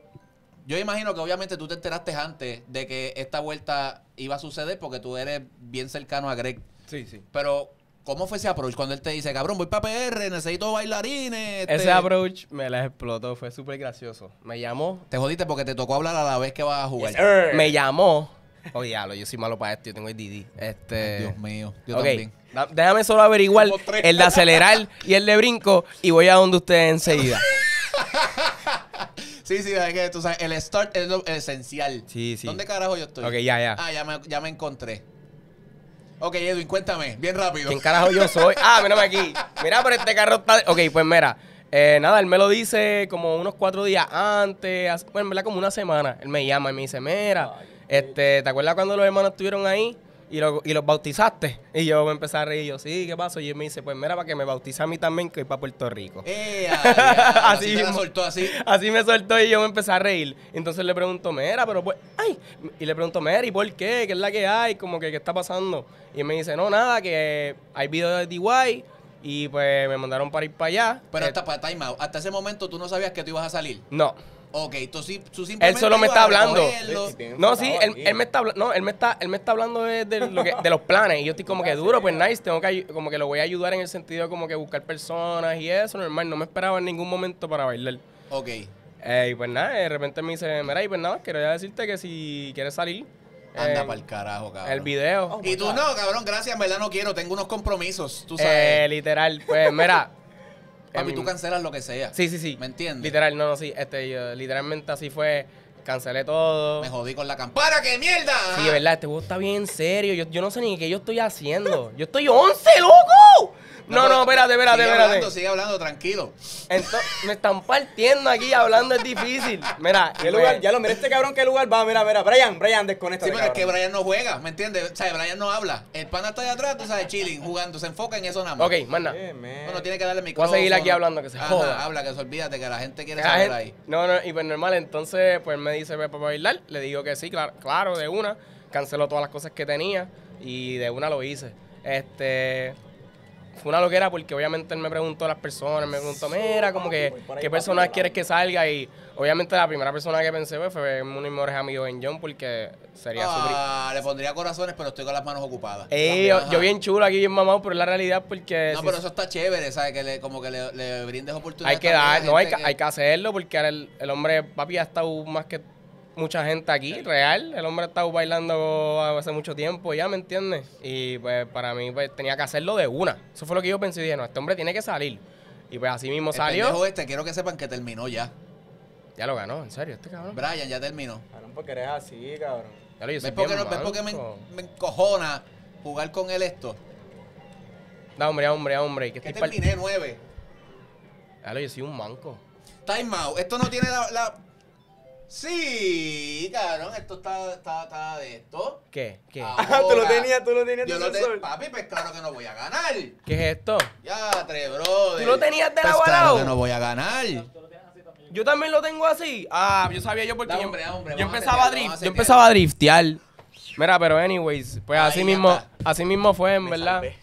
Speaker 1: Yo imagino que obviamente tú te enteraste antes de que esta vuelta iba a suceder porque tú eres bien cercano a Greg.
Speaker 3: Sí, sí.
Speaker 1: Pero, ¿cómo fue ese approach? Cuando él te dice, cabrón, voy para PR, necesito bailarines. este-
Speaker 3: Ese approach me la explotó, fue súper gracioso. Me llamó,
Speaker 1: Te jodiste porque te tocó hablar a la vez que vas a jugar.
Speaker 4: Yes, sir.
Speaker 3: me llamó. Oh, diablo, yo soy malo para esto, yo tengo el DD. Este.
Speaker 1: Eh, Dios mío. Yo
Speaker 3: ok,
Speaker 1: también.
Speaker 3: da- déjame solo averiguar
Speaker 1: Somos tres.
Speaker 3: el de acelerar y el de brinco y voy a donde ustedes enseguida.
Speaker 1: Sí, sí, es que tú sabes, el start es lo esencial.
Speaker 3: Sí, sí.
Speaker 1: ¿Dónde carajo yo estoy?
Speaker 3: Ok, ya, ya.
Speaker 1: Ah, ya me, ya me encontré. Ok, Edwin, cuéntame, bien rápido.
Speaker 3: ¿Quién carajo yo soy? Ah, mírame aquí. Mira, pero este carro está. Ok, pues mira. eh, nada, él me lo dice como unos cuatro días antes. hace- Bueno, en verdad, como una semana. Él me llama y me dice: Mira, este, ¿te acuerdas cuando los hermanos estuvieron ahí? Y, lo- y los bautizaste. Y yo me empecé a reír. Yo, sí, ¿qué pasó? Y él me dice: Pues mira, para que me bautice a mí también, que voy para Puerto Rico.
Speaker 1: Eh, ay, ay, así
Speaker 3: Así
Speaker 1: te la
Speaker 3: mismo.
Speaker 1: soltó así.
Speaker 3: Así me soltó y yo me empecé a reír. Entonces le pregunto, mira, pero pues, ay. Y le pregunto, mira, ¿y por qué? ¿Qué es la que hay? Como que, ¿qué está pasando? Y me dice, no, nada, que hay videos de DY y pues me mandaron para ir para allá.
Speaker 1: Pero
Speaker 3: Eh,
Speaker 1: hasta para time out, hasta ese momento tú no sabías que tú ibas a salir.
Speaker 3: No.
Speaker 1: Ok, tú, sí- tú simplemente.
Speaker 3: solo me
Speaker 1: ibas
Speaker 3: está
Speaker 1: a
Speaker 3: hablando.
Speaker 1: recogerlo.
Speaker 4: Sí, sí, bien.
Speaker 3: No, sí, él,
Speaker 4: Aquí.
Speaker 3: él me está, habla- no, él me está, él me está hablando de, de lo que- de los planes y yo estoy como que duro, pues nice, tengo que, ayu- como que lo voy a ayudar en el sentido de como que buscar personas y eso, normal, no me esperaba en ningún momento para bailar.
Speaker 1: Ok.
Speaker 3: Eh, y pues nada, de repente me dice, mira, y pues nada, quería decirte que si quieres salir,
Speaker 1: Anda
Speaker 3: el-
Speaker 1: para el carajo, cabrón.
Speaker 3: el video.
Speaker 4: Oh,
Speaker 1: Y tú no, cabrón, gracias, en verdad no quiero, tengo unos compromisos, tú
Speaker 3: Eh,
Speaker 1: sabes.
Speaker 3: literal, pues mira.
Speaker 1: Papi,
Speaker 3: em,
Speaker 1: tú cancelas lo que sea.
Speaker 3: Sí, sí, sí.
Speaker 1: ¿Me entiendes?
Speaker 3: Literal, no, no, sí. Este, yo, literalmente así fue. Cancelé todo.
Speaker 1: Me jodí con la campana, que mierda!
Speaker 3: Sí, de verdad, este juego está bien serio. Yo, yo no sé ni qué yo estoy haciendo. Yo estoy 11, loco. No, no,
Speaker 1: pero-
Speaker 3: espérate, espérate,
Speaker 1: sigue
Speaker 3: espérate.
Speaker 1: Hablando, sigue hablando, tranquilo.
Speaker 3: Entonces, me están partiendo aquí hablando, es difícil. Mira,
Speaker 4: ¿Qué
Speaker 3: y
Speaker 4: lugar?
Speaker 3: pues,
Speaker 4: Ya lo mira este cabrón, ¿qué lugar va? Mira, mira, Brian, Brian, desconecta.
Speaker 1: Sí, pero es que Brian no juega, ¿me entiendes? O sea, Brian no habla. El pana está allá atrás, tú sabes, chilling, jugando, se enfoca en eso nada más.
Speaker 3: Ok, más nada.
Speaker 1: Bueno, tiene que darle
Speaker 3: Voy a
Speaker 1: micrófono.
Speaker 3: seguir aquí hablando, que se
Speaker 1: Ajá,
Speaker 3: joda.
Speaker 1: habla, que se olvídate, que la gente quiere
Speaker 3: La
Speaker 1: saber
Speaker 3: gente-
Speaker 1: ahí.
Speaker 3: No, no, y pues normal, entonces pues me dice, "Ve, para bailar, le digo que sí, claro, claro, de una, canceló todas las cosas que tenía y de una lo hice. Este, fue una loquera porque obviamente él me preguntó a las personas, me preguntó, mira, como que, ¿qué personas quieres que salga? Y obviamente la primera persona que pensé pues, fue uno de mis mejores amigos en John porque sería su... pri-
Speaker 1: Ah, le pondría corazones, pero estoy con las manos ocupadas.
Speaker 3: Ey,
Speaker 1: También,
Speaker 3: yo,
Speaker 1: ajá.
Speaker 3: yo bien chulo aquí, bien mamado, pero es la realidad porque...
Speaker 1: No,
Speaker 3: si-
Speaker 1: pero eso está chévere, ¿sabes? Que le, como que le, le brindes oportunidades.
Speaker 3: Hay que
Speaker 1: también a
Speaker 3: dar, no, hay que,
Speaker 1: gente
Speaker 3: hay que hacerlo porque ahora el, el hombre, papi, ha estado más que mucha gente aquí, real. El hombre ha estado bailando hace mucho tiempo, ya, ¿me entiendes? Y pues para mí pues, tenía que hacerlo de una. Eso fue lo que yo pensé, dije, no, este hombre tiene que salir. Y pues así mismo
Speaker 1: El pendejo
Speaker 3: salió.
Speaker 1: este, quiero que sepan que terminó ya.
Speaker 3: Ya lo ganó, en serio, este cabrón.
Speaker 1: Brian ya terminó.
Speaker 4: Cabrón, porque eres así, cabrón.
Speaker 3: Ya lo, yo soy
Speaker 1: ¿Ves por qué,
Speaker 3: bien
Speaker 1: no- ves por qué me,
Speaker 3: manco.
Speaker 1: me encojona jugar con él esto?
Speaker 3: Da, hombre, da, hombre, da, hombre. Que
Speaker 1: Que
Speaker 3: estoy par-
Speaker 1: terminé nueve.
Speaker 3: Ya lo, yo soy un manco.
Speaker 1: Time out. Esto no tiene la... la- Sí, cabrón, esto está, está, está de esto.
Speaker 3: ¿Qué? ¿Qué?
Speaker 1: Ahora,
Speaker 4: tú lo tenías, tú lo tenías,
Speaker 1: Yo
Speaker 4: tu
Speaker 1: lo
Speaker 4: sensor.
Speaker 1: tengo. Papi, pues claro que no voy a ganar.
Speaker 3: ¿Qué es esto?
Speaker 1: Ya, tres, bro.
Speaker 3: ¿Tú lo tenías de
Speaker 1: pues
Speaker 3: la
Speaker 1: claro
Speaker 3: lado?
Speaker 1: que no voy a ganar.
Speaker 3: Yo también lo tengo así. Ah, yo sabía yo porque
Speaker 1: Da,
Speaker 3: yo,
Speaker 1: hombre, da, hombre,
Speaker 3: yo
Speaker 1: vamos a
Speaker 3: empezaba a
Speaker 1: setearlo, vamos a
Speaker 3: drift, yo
Speaker 1: setearlo.
Speaker 3: empezaba a driftear. Mira, pero anyways, pues
Speaker 1: Ahí
Speaker 3: así
Speaker 1: ya
Speaker 3: mismo,
Speaker 1: está.
Speaker 3: así mismo fue, en
Speaker 4: Me
Speaker 3: verdad.
Speaker 4: salvé.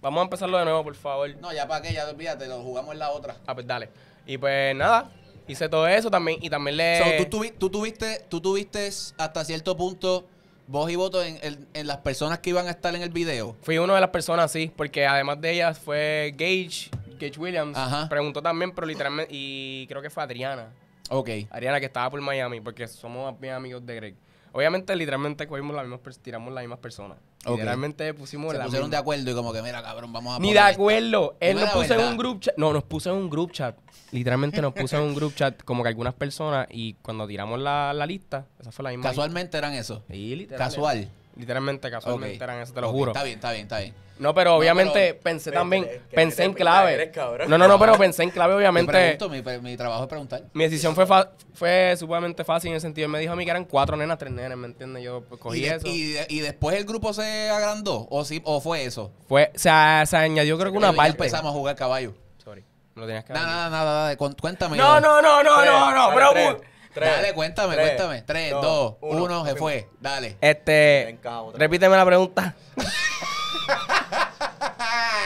Speaker 3: Vamos a empezarlo de nuevo, por favor.
Speaker 1: No, ya para qué, ya olvídate, lo jugamos en la otra.
Speaker 3: Ah, pues dale. Y pues nada, hice todo eso también y también le
Speaker 1: So, tú, tuvi- tú tuviste, tú tuviste hasta cierto punto voz y voto en, en- en las personas que iban a estar en el video.
Speaker 3: fui una de las personas sí, porque además de ellas fue Gage, Gage Williams,
Speaker 1: Ajá.
Speaker 3: preguntó también, pero literalmente y creo que fue Adriana.
Speaker 1: Ok.
Speaker 3: Ariana que estaba por Miami, porque somos bien amigos de Greg. Obviamente, literalmente cogimos las mismas, pers- tiramos las mismas personas.
Speaker 1: Ok.
Speaker 3: Literalmente pusimos
Speaker 1: Se
Speaker 3: la
Speaker 1: pusieron de
Speaker 3: misma.
Speaker 1: acuerdo y como que, mira, cabrón, vamos a
Speaker 3: Ni de
Speaker 1: poner
Speaker 3: acuerdo. Él
Speaker 1: Dime
Speaker 3: nos
Speaker 1: la
Speaker 3: puso en
Speaker 1: verdad.
Speaker 3: un group chat. No, nos puso en un group chat. Literalmente nos puso en un group chat como que algunas personas y cuando tiramos la, la lista, esa fue la misma.
Speaker 1: Casualmente eran eso.
Speaker 3: lista. Sí, literal.
Speaker 1: Casual.
Speaker 3: Literalmente, casualmente
Speaker 1: Ok.
Speaker 3: eran eso, te lo
Speaker 1: Ok,
Speaker 3: juro.
Speaker 1: Está bien, está bien, está bien.
Speaker 3: No, pero obviamente pensé
Speaker 4: Vete,
Speaker 3: también,
Speaker 4: que- que
Speaker 3: pensé
Speaker 4: te
Speaker 3: en
Speaker 4: pinta
Speaker 3: clave.
Speaker 4: eres, cabrón.
Speaker 3: no, no, no, pero pensé en clave,
Speaker 1: Yo
Speaker 3: obviamente.
Speaker 1: pregunto, mi, pre- mi trabajo es preguntar.
Speaker 3: Mi decisión fue, fa- fue sumamente fácil en el sentido. Él me dijo a mí que eran cuatro nenas, tres nenas, ¿me entiendes? Yo pues, cogí
Speaker 1: Y, de-
Speaker 3: eso.
Speaker 1: y de- y después el grupo se agrandó o, sí, o fue eso. Eh,
Speaker 3: Fue, se, a- se añadió creo que una
Speaker 1: Ya
Speaker 3: parte.
Speaker 1: empezamos a jugar caballo.
Speaker 3: Sorry, me lo tenías que
Speaker 1: Nada,
Speaker 3: haber
Speaker 1: nada, nada, dale, cu- cuéntame.
Speaker 3: dicho. No, no, no, no,
Speaker 4: Tres,
Speaker 3: no, no,
Speaker 4: dale,
Speaker 3: pero...
Speaker 4: tres,
Speaker 3: bu-
Speaker 4: tres,
Speaker 1: Dale, cuéntame,
Speaker 4: tres,
Speaker 1: cuéntame. Tres, dos, uno, se
Speaker 4: Fuimos.
Speaker 1: fue. Dale.
Speaker 3: Este,
Speaker 4: Venga, otra.
Speaker 3: repíteme la pregunta.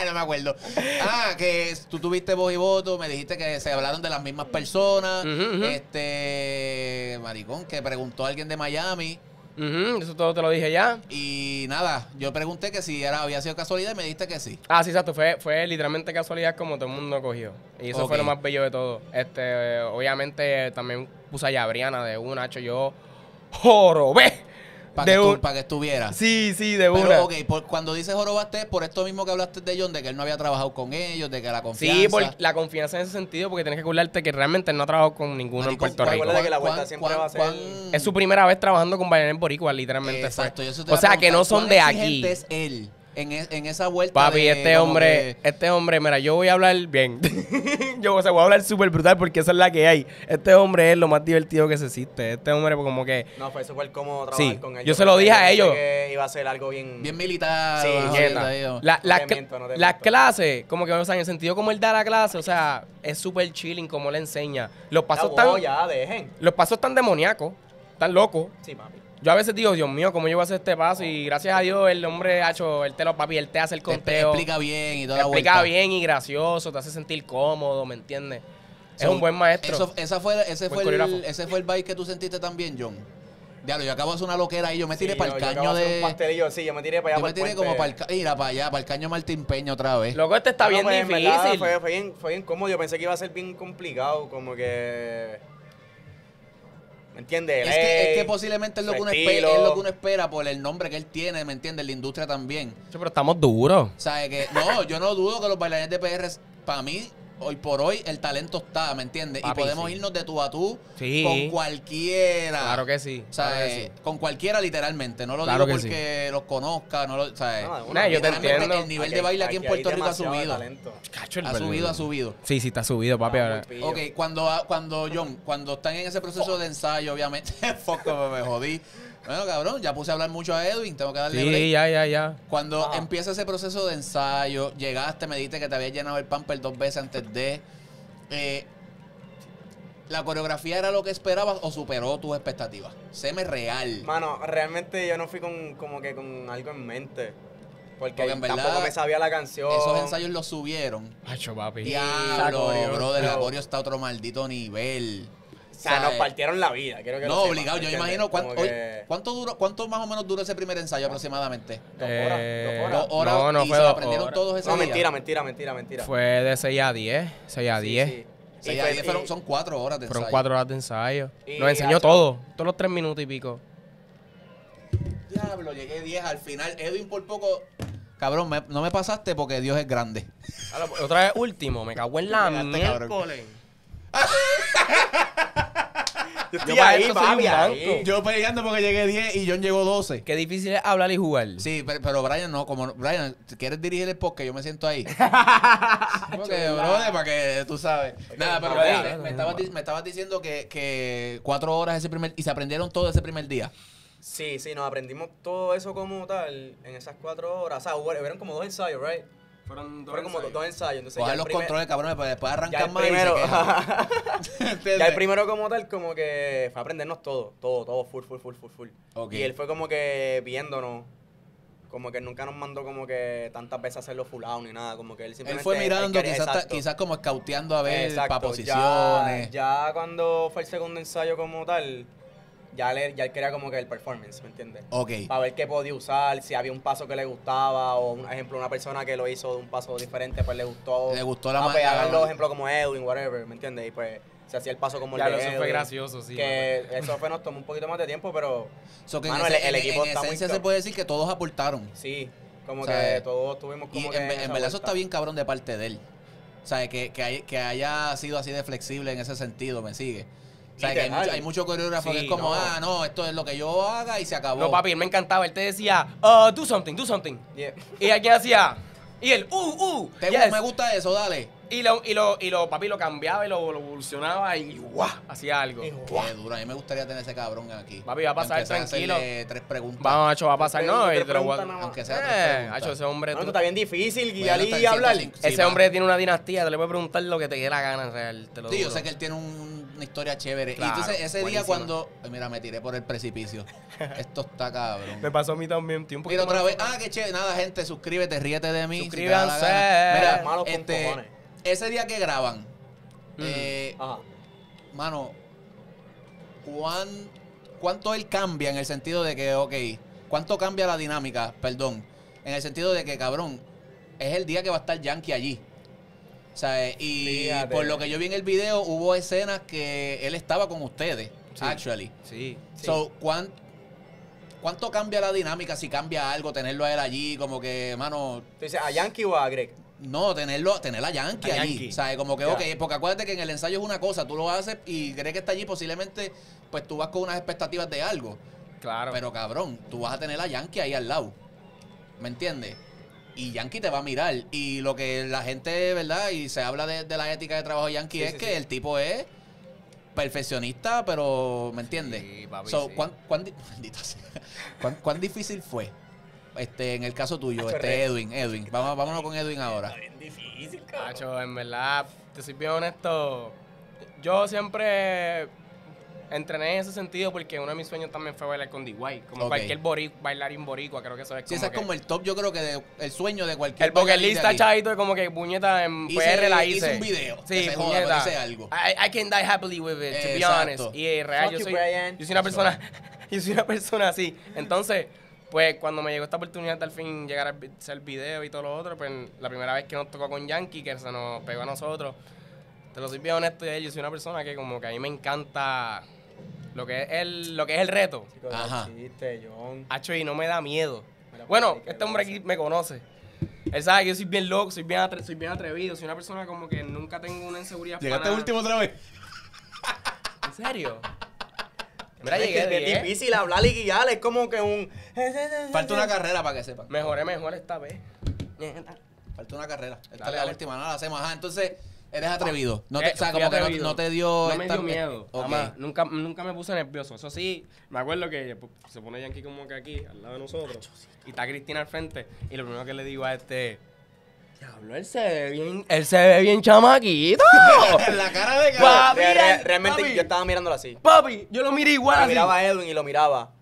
Speaker 1: no me acuerdo. Ah, que es- tú tuviste voz y voto, me dijiste que se hablaron de las mismas personas.
Speaker 3: Ujú, ujú.
Speaker 1: Este, maricón, que preguntó a alguien de Miami.
Speaker 3: Ujú, eso todo te lo dije ya.
Speaker 1: Y nada, yo pregunté que si era, había sido casualidad y me dijiste que sí.
Speaker 3: Ah, sí, exacto. Fue, fue literalmente casualidad como todo el mundo cogió. Y eso
Speaker 1: Ok.
Speaker 3: fue lo más bello de todo. Este, obviamente, también puse a Yabriana de un hacho. Yo jorobé.
Speaker 1: Para
Speaker 3: De
Speaker 1: que,
Speaker 3: un-
Speaker 1: tú- pa' que estuviera.
Speaker 3: Sí, sí, de
Speaker 1: Pero,
Speaker 3: una.
Speaker 1: ok, por- cuando dices jorobaste, por esto mismo que hablaste de John, de que él no había trabajado con ellos, de que la confianza.
Speaker 3: Sí, por la confianza en ese sentido, porque tienes que acordarte que realmente él no ha trabajado con ninguno
Speaker 1: Maricón,
Speaker 3: en Puerto
Speaker 1: ¿cuán-
Speaker 3: Rico.
Speaker 4: Acuérdate que la
Speaker 1: cuán-
Speaker 4: vuelta siempre
Speaker 1: cuán-
Speaker 4: va a ser-
Speaker 1: cuán-
Speaker 3: Es su primera vez trabajando con bailarines boricuas, literalmente. fue.
Speaker 1: Exacto, yo eso te
Speaker 3: o
Speaker 1: iba a
Speaker 3: sea, que
Speaker 1: preguntar,
Speaker 3: no son
Speaker 1: ¿cuán
Speaker 3: de aquí.
Speaker 1: exigente es él en, e- en esa vuelta?
Speaker 3: Papi,
Speaker 1: de
Speaker 3: este
Speaker 1: como
Speaker 3: hombre,
Speaker 1: que-
Speaker 3: este hombre, mira, yo voy a hablar bien. yo o sea, voy a hablar súper brutal porque esa es la que hay. Este hombre es lo más divertido que se existe. Este hombre, pues, como que.
Speaker 4: No, fue súper cómodo trabajar
Speaker 3: Sí,
Speaker 4: con ellos.
Speaker 3: yo se lo dije a
Speaker 4: pensé
Speaker 3: ellos.
Speaker 4: que iba a ser algo bien...
Speaker 1: Bien militar.
Speaker 4: Sí,
Speaker 1: bajo
Speaker 3: nieta.
Speaker 1: ahí, ahí,
Speaker 3: La-
Speaker 4: No
Speaker 3: las
Speaker 4: te
Speaker 3: cl-
Speaker 4: miento, no te
Speaker 3: las
Speaker 4: miento.
Speaker 3: clases, como que, o sea, en el sentido como él da la clase, o sea, es súper chilling como le enseña. Los
Speaker 4: Ya,
Speaker 3: pasos
Speaker 4: wow,
Speaker 3: están.
Speaker 4: ya, dejen.
Speaker 3: Los pasos están demoníacos, están locos.
Speaker 4: Sí, papi.
Speaker 3: Yo a veces digo, Dios mío, ¿cómo yo voy a hacer este paso? Y gracias a Dios, el hombre ha hecho, él te lo papi, él te hace el
Speaker 1: Te
Speaker 3: conteo.
Speaker 1: explica bien y toda
Speaker 3: Te
Speaker 1: la vuelta.
Speaker 3: explica bien y gracioso, te hace sentir cómodo, ¿me entiendes? Es
Speaker 1: So,
Speaker 3: un buen maestro.
Speaker 1: Eso, esa fue, ese,
Speaker 3: Buen
Speaker 1: fue el,
Speaker 3: coreógrafo.
Speaker 1: ese fue el vibe que tú sentiste también, John. Diablo, yo acabo de hacer una loquera ahí. Yo me tiré
Speaker 4: Sí,
Speaker 1: para
Speaker 4: yo-
Speaker 1: el
Speaker 4: yo
Speaker 1: caño
Speaker 4: acabo de hacer
Speaker 1: de.
Speaker 4: Un pastelillo, sí, yo me tiré para allá
Speaker 1: Yo me
Speaker 4: para
Speaker 1: tiré
Speaker 4: el
Speaker 1: como para el,
Speaker 4: puente. Ah,
Speaker 1: ca- mira, para allá, para el caño Martín Peña otra vez.
Speaker 3: Loco, este está
Speaker 4: No,
Speaker 3: bien
Speaker 4: pues, en
Speaker 3: difícil.
Speaker 4: verdad, Fue, fue bien, fue bien cómodo. Yo pensé que iba a ser bien complicado, como que... ¿Me entiendes?
Speaker 1: Es
Speaker 4: Él
Speaker 1: que, es que posiblemente es lo
Speaker 4: su
Speaker 1: que, uno
Speaker 4: estilo.
Speaker 1: espera, es lo que uno espera por el nombre que él tiene, ¿me entiendes? La industria también.
Speaker 3: Pero estamos duros.
Speaker 1: O sea, que no, yo no dudo que los bailarines de PR, para mí, hoy por hoy, el talento está, ¿me entiendes? Y
Speaker 3: Papi,
Speaker 1: podemos
Speaker 3: sí.
Speaker 1: irnos de tú a tú
Speaker 3: Sí.
Speaker 1: con cualquiera.
Speaker 3: Claro que sí.
Speaker 1: O sea,
Speaker 3: claro que
Speaker 1: eh,
Speaker 3: sí.
Speaker 1: con cualquiera literalmente. No lo
Speaker 3: Claro
Speaker 1: digo
Speaker 3: que
Speaker 1: porque los conozca, no lo, o sea,
Speaker 4: No, de
Speaker 1: eh,
Speaker 4: una,
Speaker 3: yo te
Speaker 1: literalmente
Speaker 3: entiendo.
Speaker 1: El nivel de
Speaker 4: Aquí-
Speaker 1: baile aquí en
Speaker 4: hay
Speaker 1: Puerto Rico ha
Speaker 4: demasiado
Speaker 1: subido.
Speaker 4: talento.
Speaker 3: Cacho, el
Speaker 1: Ha
Speaker 3: verdadero.
Speaker 1: subido, ha subido.
Speaker 3: Sí, sí, está subido, papi.
Speaker 4: Está muy
Speaker 3: ahora.
Speaker 4: pillo.
Speaker 1: Ok, cuando, ah, cuando John, cuando están en ese proceso de ensayo, obviamente, foco, me jodí. Bueno, cabrón, ya puse a hablar mucho a Edwin, tengo que darle break.
Speaker 3: Sí, ya, ya, ya.
Speaker 1: Cuando
Speaker 4: Ajá.
Speaker 1: empieza ese proceso de ensayo, llegaste, me dijiste que te habías llenado el pamper dos veces antes de. eh, ¿La coreografía era lo que esperabas o superó tus expectativas? Seme real.
Speaker 4: Mano, realmente yo no fui con como que con algo en mente. Porque,
Speaker 1: Porque en verdad,
Speaker 4: tampoco me sabía la canción.
Speaker 1: Esos ensayos los subieron.
Speaker 3: Cacho, papi.
Speaker 1: Diablo,
Speaker 4: Sacorio.
Speaker 1: bro, del
Speaker 4: Pero-
Speaker 1: acorio está a otro maldito nivel.
Speaker 4: O sea, nos
Speaker 1: ¿Sabes?
Speaker 4: partieron la vida. Quiero que
Speaker 1: No,
Speaker 4: lo sepas,
Speaker 1: obligado. Yo
Speaker 4: ¿entiendes?
Speaker 1: imagino cuánto,
Speaker 4: Como que-
Speaker 1: oye, cuánto duró, cuánto más o menos duró ese primer ensayo aproximadamente.
Speaker 4: Dos
Speaker 3: Eh,
Speaker 1: Dos
Speaker 4: horas, dos horas.
Speaker 1: horas
Speaker 3: no, no
Speaker 1: y
Speaker 3: fue
Speaker 1: se lo
Speaker 3: dos
Speaker 1: aprendieron
Speaker 3: horas.
Speaker 1: todos ese
Speaker 4: No,
Speaker 1: día.
Speaker 4: mentira, mentira, mentira, mentira.
Speaker 3: Fue de 6 a 10. 6 a
Speaker 4: Sí,
Speaker 3: 10.
Speaker 4: sí.
Speaker 1: O
Speaker 4: Y
Speaker 1: sea, ya
Speaker 4: fue-
Speaker 1: diez
Speaker 4: y-
Speaker 1: fueron- son cuatro horas de ensayo.
Speaker 3: Fueron 4 horas de ensayo.
Speaker 4: Y
Speaker 3: Nos enseñó
Speaker 4: hace-
Speaker 3: todo. Todos los 3 minutos y pico.
Speaker 1: Diablo, llegué 10 al final. Edwin por poco. Cabrón, me- no me pasaste porque Dios es grande.
Speaker 3: Ahora, pues, Otra vez último. Me cago en la
Speaker 1: Llegaste, cabrón.
Speaker 3: miércoles.
Speaker 4: Yo estoy
Speaker 3: Yo para
Speaker 4: ahí,
Speaker 3: esto soy un
Speaker 4: papi, ahí.
Speaker 3: banco.
Speaker 1: Yo peleando porque llegué 10 y John llegó 12.
Speaker 3: Qué difícil es hablar y jugar.
Speaker 1: Sí, pero, pero Brian no, como Brian, ¿quieres dirigir el podcast? Yo me siento ahí. porque, brother, para que tú sabes. Nada, pero
Speaker 4: no,
Speaker 1: mira,
Speaker 4: no,
Speaker 1: me,
Speaker 3: no,
Speaker 1: me
Speaker 3: no,
Speaker 1: estabas,
Speaker 3: no.
Speaker 1: di- me estabas diciendo que, que cuatro horas ese primer y se aprendieron todo ese primer día.
Speaker 4: Sí, sí, nos aprendimos todo eso como tal en esas cuatro horas. O sea, hubo- hubieron como dos ensayos, ¿right?
Speaker 3: Fueron
Speaker 4: Fueron como dos ensayos. Entonces, ya
Speaker 1: Coger
Speaker 4: el
Speaker 1: los
Speaker 4: primer-
Speaker 1: controles, cabrón, pero después
Speaker 4: Ya
Speaker 1: arrancan
Speaker 4: el
Speaker 1: más y se
Speaker 4: primero.
Speaker 1: quejan.
Speaker 4: Ya el primero como tal, como que fue a aprendernos todo, todo, todo, full, full, full, full, full.
Speaker 1: Ok.
Speaker 4: Y él fue como que viéndonos, como que nunca nos mandó como que tantas veces a hacerlo full out ni nada, como que él
Speaker 1: Él
Speaker 4: simplemente...
Speaker 1: fue mirando,
Speaker 4: él quería-
Speaker 1: quizás, ta-
Speaker 4: exacto.
Speaker 1: quizás como escauteando a ver
Speaker 4: Exacto,
Speaker 1: para
Speaker 4: ya-
Speaker 1: posiciones.
Speaker 4: Ya, cuando fue el segundo ensayo como tal, ya, le, ya él quería como que el performance, ¿me entiendes?
Speaker 1: Ok.
Speaker 4: Para ver qué podía usar, si había un paso que le gustaba, o un ejemplo, una persona que lo hizo de un paso diferente, pues le gustó.
Speaker 1: Le gustó la
Speaker 4: Ah, pues
Speaker 1: ma- la-
Speaker 4: hagan los ejemplos como Edwin, whatever, ¿me entiendes? Y pues se hacía el paso como
Speaker 3: Ya,
Speaker 4: el de
Speaker 3: eso fue
Speaker 4: Edwin,
Speaker 3: gracioso, sí.
Speaker 4: Que eso fue, nos tomó un poquito más de tiempo, pero
Speaker 1: So que
Speaker 4: Mano,
Speaker 1: en,
Speaker 4: el-
Speaker 1: ese-
Speaker 4: el
Speaker 1: en-
Speaker 4: equipo
Speaker 1: en
Speaker 4: está muy
Speaker 1: esencia
Speaker 4: top.
Speaker 1: se puede decir que todos aportaron.
Speaker 4: sí, como
Speaker 1: O sea,
Speaker 4: que todos tuvimos como
Speaker 1: Y en,
Speaker 4: que.
Speaker 1: ve- en
Speaker 4: esa
Speaker 1: verdad eso
Speaker 4: vuelta.
Speaker 1: está bien cabrón de parte de él. O sea, que, que, hay- que haya sido así de flexible en ese sentido, me sigue. O sea, que hay
Speaker 4: Literal.
Speaker 1: mucho, hay mucho coreógrafo que
Speaker 3: Sí,
Speaker 1: es como,
Speaker 3: no.
Speaker 1: ah, no, esto es lo que yo haga y se acabó.
Speaker 3: No, papi, él me encantaba. Él te decía, "Ah, do something, do something.
Speaker 4: Yeah.
Speaker 3: Y alguien hacía, y él, uh, uh.
Speaker 1: Te-
Speaker 3: yes".
Speaker 1: Me gusta eso, dale.
Speaker 3: Y lo, y lo, y lo, papi, lo cambiaba y lo, lo evolucionaba y guau, hacía algo.
Speaker 4: Y guau.
Speaker 1: Qué duro, a mí me gustaría tener ese cabrón aquí.
Speaker 3: Papi, va a pasar
Speaker 1: Empezar
Speaker 3: tranquilo.
Speaker 1: hacerle tres preguntas.
Speaker 3: Vamos, Hacho, va a pasar, ¿no? eh,
Speaker 4: Te
Speaker 3: Y te lo voy
Speaker 4: preguntan
Speaker 3: a-
Speaker 4: nada más.
Speaker 1: Aunque sea tres
Speaker 3: Eh,
Speaker 1: preguntas.
Speaker 3: Hacho, ese hombre.
Speaker 4: No,
Speaker 3: tú-
Speaker 4: esto está bien difícil
Speaker 1: Voy a
Speaker 4: guiar
Speaker 1: anotar
Speaker 4: y hablar.
Speaker 1: 105. Sí,
Speaker 3: ese
Speaker 1: va.
Speaker 3: hombre tiene una dinastía, te le puedes preguntar lo que te dé la gana, real. Te lo
Speaker 1: Sí, yo
Speaker 3: juro.
Speaker 1: sé que él tiene un- una historia chévere.
Speaker 3: Claro,
Speaker 1: y entonces ese día
Speaker 3: buenísima.
Speaker 1: cuando... Ay, Mira, me tiré por el precipicio. Esto está cabrón.
Speaker 3: Me pasó a mí también, tío, un
Speaker 1: Mira
Speaker 3: poquito.
Speaker 1: otra vez. Ah, qué chévere. Nada, gente, suscríbete, ríete de mí. si te da la
Speaker 3: Suscríbanse.
Speaker 1: gana. Mira,
Speaker 4: Malos con
Speaker 1: este,
Speaker 4: cojones. Ah.
Speaker 1: ese día que graban,
Speaker 3: Ujú.
Speaker 1: eh,
Speaker 4: Ajá.
Speaker 1: mano, ¿cuán- ¿cuánto él cambia en el sentido de que, ok, cuánto cambia la dinámica, perdón, en el sentido de que, cabrón, es el día que va a estar Yankee allí? O sea, eh, y
Speaker 4: Fíjate.
Speaker 1: por lo que yo vi en el video, hubo escenas que él estaba con ustedes,
Speaker 3: Sí.
Speaker 1: actually.
Speaker 3: Sí.
Speaker 4: Sí.
Speaker 1: So, ¿cuán- ¿cuánto cambia la dinámica si cambia algo tenerlo a él allí? Como que, mano,
Speaker 4: ¿Tú dices a Yankee o a Greg?
Speaker 1: no, tenerlo, tener a Yankee
Speaker 3: A
Speaker 1: allí.
Speaker 3: Yankee.
Speaker 1: ¿Sabes? Como que,
Speaker 4: Ya.
Speaker 1: ok, porque acuérdate que en el ensayo es una cosa, tú lo haces y crees que está allí, posiblemente, pues tú vas con unas expectativas de algo.
Speaker 3: Claro.
Speaker 1: Pero cabrón, tú vas a tener a Yankee ahí al lado. ¿Me entiendes? Y Yankee te va a mirar. Y lo que la gente, ¿verdad? Y se habla de, de la ética de trabajo de Yankee
Speaker 4: Sí,
Speaker 1: es
Speaker 4: sí,
Speaker 1: que
Speaker 4: sí.
Speaker 1: el tipo es perfeccionista, pero ¿me entiendes?
Speaker 3: Sí, papi,
Speaker 1: So,
Speaker 3: sí.
Speaker 1: ¿cuán, cuán di- maldita sea. ¿Cuán- cuán difícil fue? Este, en el caso tuyo,
Speaker 4: Hacho,
Speaker 1: este
Speaker 4: re-
Speaker 1: Edwin, Edwin. Vamos, vámonos con Edwin ahora.
Speaker 4: bien difícil,
Speaker 3: Nacho, en verdad, te soy bien honesto. Yo siempre entrené en ese sentido porque uno de mis sueños también fue bailar con DY. Como
Speaker 1: Ok.
Speaker 3: cualquier boric- bailarín boricua, creo que eso es
Speaker 1: Sí,
Speaker 3: como
Speaker 1: ese es
Speaker 3: que-
Speaker 1: como el top, yo creo que de- el sueño de cualquier
Speaker 3: el boquerlista
Speaker 1: bailarín de aquí.
Speaker 3: chaito, como que puñeta en
Speaker 1: Hice-
Speaker 3: PR la hice.
Speaker 1: hice un video, que se joda, pero hice algo.
Speaker 3: I, I can die happily with it, to be
Speaker 1: Exacto.
Speaker 3: honest. Y eh, real,
Speaker 4: Fuck
Speaker 3: yo
Speaker 4: you,
Speaker 3: soy,
Speaker 4: Brian.
Speaker 3: yo soy una persona, yo soy una persona así. Entonces, pues cuando me llegó esta oportunidad de al fin llegar a vi- hacer video y todo lo otro, pues la primera vez que nos tocó con Yankee, que se nos pegó a nosotros, te lo soy bien honesto, y yo soy una persona que como que a mí me encanta Lo que es el, lo que es el reto.
Speaker 1: Ajá.
Speaker 4: Chiste, este, John.
Speaker 3: Hacho, y no me da miedo.
Speaker 4: Mira,
Speaker 3: Bueno,
Speaker 4: pues, ¿qué
Speaker 3: este hombre
Speaker 4: pasa?
Speaker 3: aquí me conoce. Él sabe que yo soy bien loco, soy bien, atre- soy bien atrevido. Soy una persona como que nunca tengo una inseguridad.
Speaker 1: Llegaste
Speaker 3: para nada.
Speaker 1: último otra vez.
Speaker 3: ¿En serio? Mira, llegué
Speaker 4: es, que es
Speaker 3: 10.
Speaker 4: difícil hablar y guiar, es como que un.
Speaker 1: Falta una carrera para que sepan.
Speaker 3: Mejoré mejor esta vez.
Speaker 1: Falta una carrera. Esta es
Speaker 3: Dale,
Speaker 1: la
Speaker 3: dale.
Speaker 1: última, no la hacemos. Ajá, entonces eres atrevido. No te,
Speaker 3: Eh,
Speaker 1: o sea,
Speaker 3: fui
Speaker 1: como que no,
Speaker 3: atrevido.
Speaker 1: no te dio.
Speaker 3: No me
Speaker 1: esta-
Speaker 3: dio miedo.
Speaker 1: Ok.
Speaker 3: jamás. nunca, nunca me puse nervioso. Eso sí, me acuerdo que pues, se pone Yankee como que aquí, al lado de nosotros. Y está Cristina al frente. Y lo primero que le digo a este. Diablo, él se ve bien. Él se ve bien chamaquito.
Speaker 1: la cara de
Speaker 3: Va.
Speaker 1: cara.
Speaker 4: Re- re-
Speaker 3: Mira,
Speaker 4: realmente
Speaker 3: papi.
Speaker 4: yo estaba mirándolo así.
Speaker 3: Papi, yo lo miré igual
Speaker 4: Yo
Speaker 3: así.
Speaker 4: miraba a Edwin y lo miraba.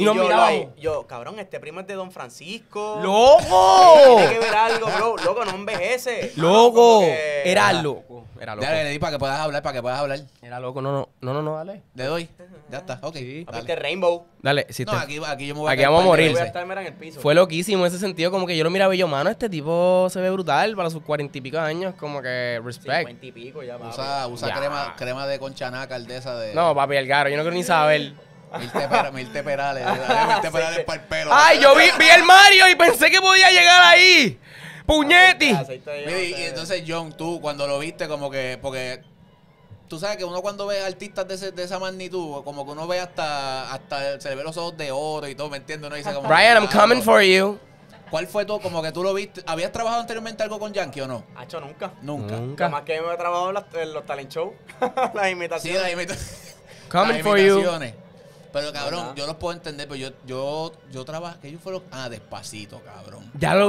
Speaker 3: Y nos
Speaker 4: yo, lo
Speaker 3: mirábamos.
Speaker 4: ahí- yo, cabrón, este primo es de Don Francisco. Tiene que
Speaker 3: ¡Loco!
Speaker 4: ver algo, bro. Loco, no envejece. Como
Speaker 3: ¡Loco!
Speaker 4: que-
Speaker 3: Era
Speaker 4: Ajá.
Speaker 3: loco. Era loco.
Speaker 1: Dale, le di para que puedas hablar, para que puedas hablar.
Speaker 3: Era loco. No, no, no, no, no, dale.
Speaker 1: Le doy. Ya está, ok.
Speaker 3: Sí.
Speaker 1: dale.
Speaker 4: Este Rainbow.
Speaker 3: Dale, si
Speaker 1: No,
Speaker 3: te-
Speaker 1: aquí, aquí yo me voy a
Speaker 3: Aquí
Speaker 1: caer
Speaker 3: vamos a
Speaker 1: par de
Speaker 3: morir.
Speaker 4: Yo voy a
Speaker 1: veces.
Speaker 4: estar mira, en el piso.
Speaker 3: Fue loquísimo en ese sentido, como que yo lo miraba y yo, mano, este tipo se ve brutal para sus cuarenta y pico años, como que respect.
Speaker 4: 50 y pico ya, papi.
Speaker 1: Usa, usa
Speaker 3: Ya.
Speaker 1: crema, crema de conchanaca, aldesa de.
Speaker 3: No, papi, el garo, yo no quiero ni saber.
Speaker 1: Mirte, pera- Mirte Perales. dale, Mirte Perales para el pelo.
Speaker 3: Ay, yo vi, vi el Mario y pensé que podía llegar ahí. Puñeti.
Speaker 4: Aceite de-
Speaker 1: Mira, y, y entonces, John, tú cuando lo viste, como que. Porque. Tú sabes que uno cuando ve artistas de, ese- de esa magnitud, como que uno ve hasta, hasta se le ve los ojos de oro y todo, ¿me entiendes? Uno dice como,
Speaker 3: Brian, I'm
Speaker 1: "Ah,
Speaker 3: coming
Speaker 1: no".
Speaker 3: for you.
Speaker 1: ¿Cuál fue tú, como que tú lo viste? ¿Habías trabajado anteriormente algo con Yankee o no?
Speaker 4: Hacho, nunca.
Speaker 1: Nunca.
Speaker 3: Mm.
Speaker 4: Lo más que me he trabajado en las- en los talent show. las
Speaker 1: Sí,
Speaker 4: imitaciones.
Speaker 1: las imita-
Speaker 3: Coming
Speaker 1: las
Speaker 3: for you.
Speaker 1: imitaciones. Pero cabrón,
Speaker 4: Ajá.
Speaker 1: yo los puedo entender, pero yo, yo, yo trabajo, que ellos fueron, ah, despacito, cabrón.
Speaker 3: Ya lo,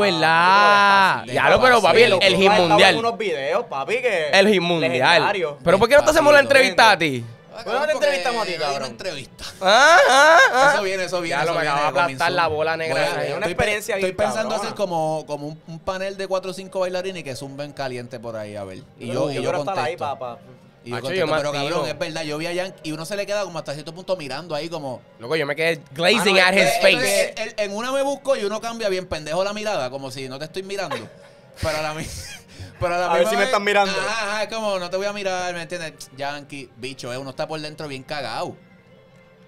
Speaker 3: ¿verdad?
Speaker 4: Ah,
Speaker 1: pero
Speaker 3: Ya lo, pero papi, el,
Speaker 1: despacito.
Speaker 3: el
Speaker 4: Tú
Speaker 3: hit
Speaker 4: has estado en
Speaker 3: mundial.
Speaker 4: unos videos, papi, que...
Speaker 3: El hit mundial.
Speaker 4: legendario.
Speaker 3: Pero ¿por qué no te hacemos la entrevista a ti?
Speaker 1: Ah,
Speaker 4: ¿Por qué no te
Speaker 1: porque
Speaker 4: Pues entrevistamos a ti,
Speaker 1: yo di una
Speaker 4: cabrón?
Speaker 1: entrevista.
Speaker 3: Ah, ah, ah.
Speaker 1: Eso viene, eso viene.
Speaker 3: Ya lo
Speaker 1: eso
Speaker 3: me
Speaker 1: viene,
Speaker 3: acaba de aplastar
Speaker 1: Gominzú.
Speaker 3: la bola negra.
Speaker 1: Bueno,
Speaker 3: esa.
Speaker 4: Es una
Speaker 1: estoy pe-
Speaker 4: experiencia
Speaker 1: Estoy
Speaker 4: bien
Speaker 1: pensando
Speaker 4: cabrona.
Speaker 1: hacer como, como un, un panel de 4 o 5 bailarines y que zumben caliente por ahí, a ver. Y yo, y yo,
Speaker 4: quiero estar
Speaker 1: contesto.
Speaker 4: ahí, papá.
Speaker 1: Y yo
Speaker 3: Hacho,
Speaker 1: contesto,
Speaker 3: yo me
Speaker 1: pero
Speaker 3: activo.
Speaker 1: cabrón, es verdad, yo vi a Yankee y uno se le queda como hasta cierto punto mirando ahí como...
Speaker 3: Loco, yo me quedé glazing
Speaker 4: Mano,
Speaker 3: at his
Speaker 1: Eh,
Speaker 3: face.
Speaker 1: eh, eh, en una me busco y uno cambia bien pendejo la mirada, como si no te estoy mirando. Pero a la, mi- pero a la
Speaker 4: A ver
Speaker 1: misma
Speaker 4: si me
Speaker 1: vez-
Speaker 4: están mirando.
Speaker 1: Ajá, ajá, es como, no te voy a mirar, ¿me entiendes? Yankee, bicho, eh, uno está por dentro bien cagado. O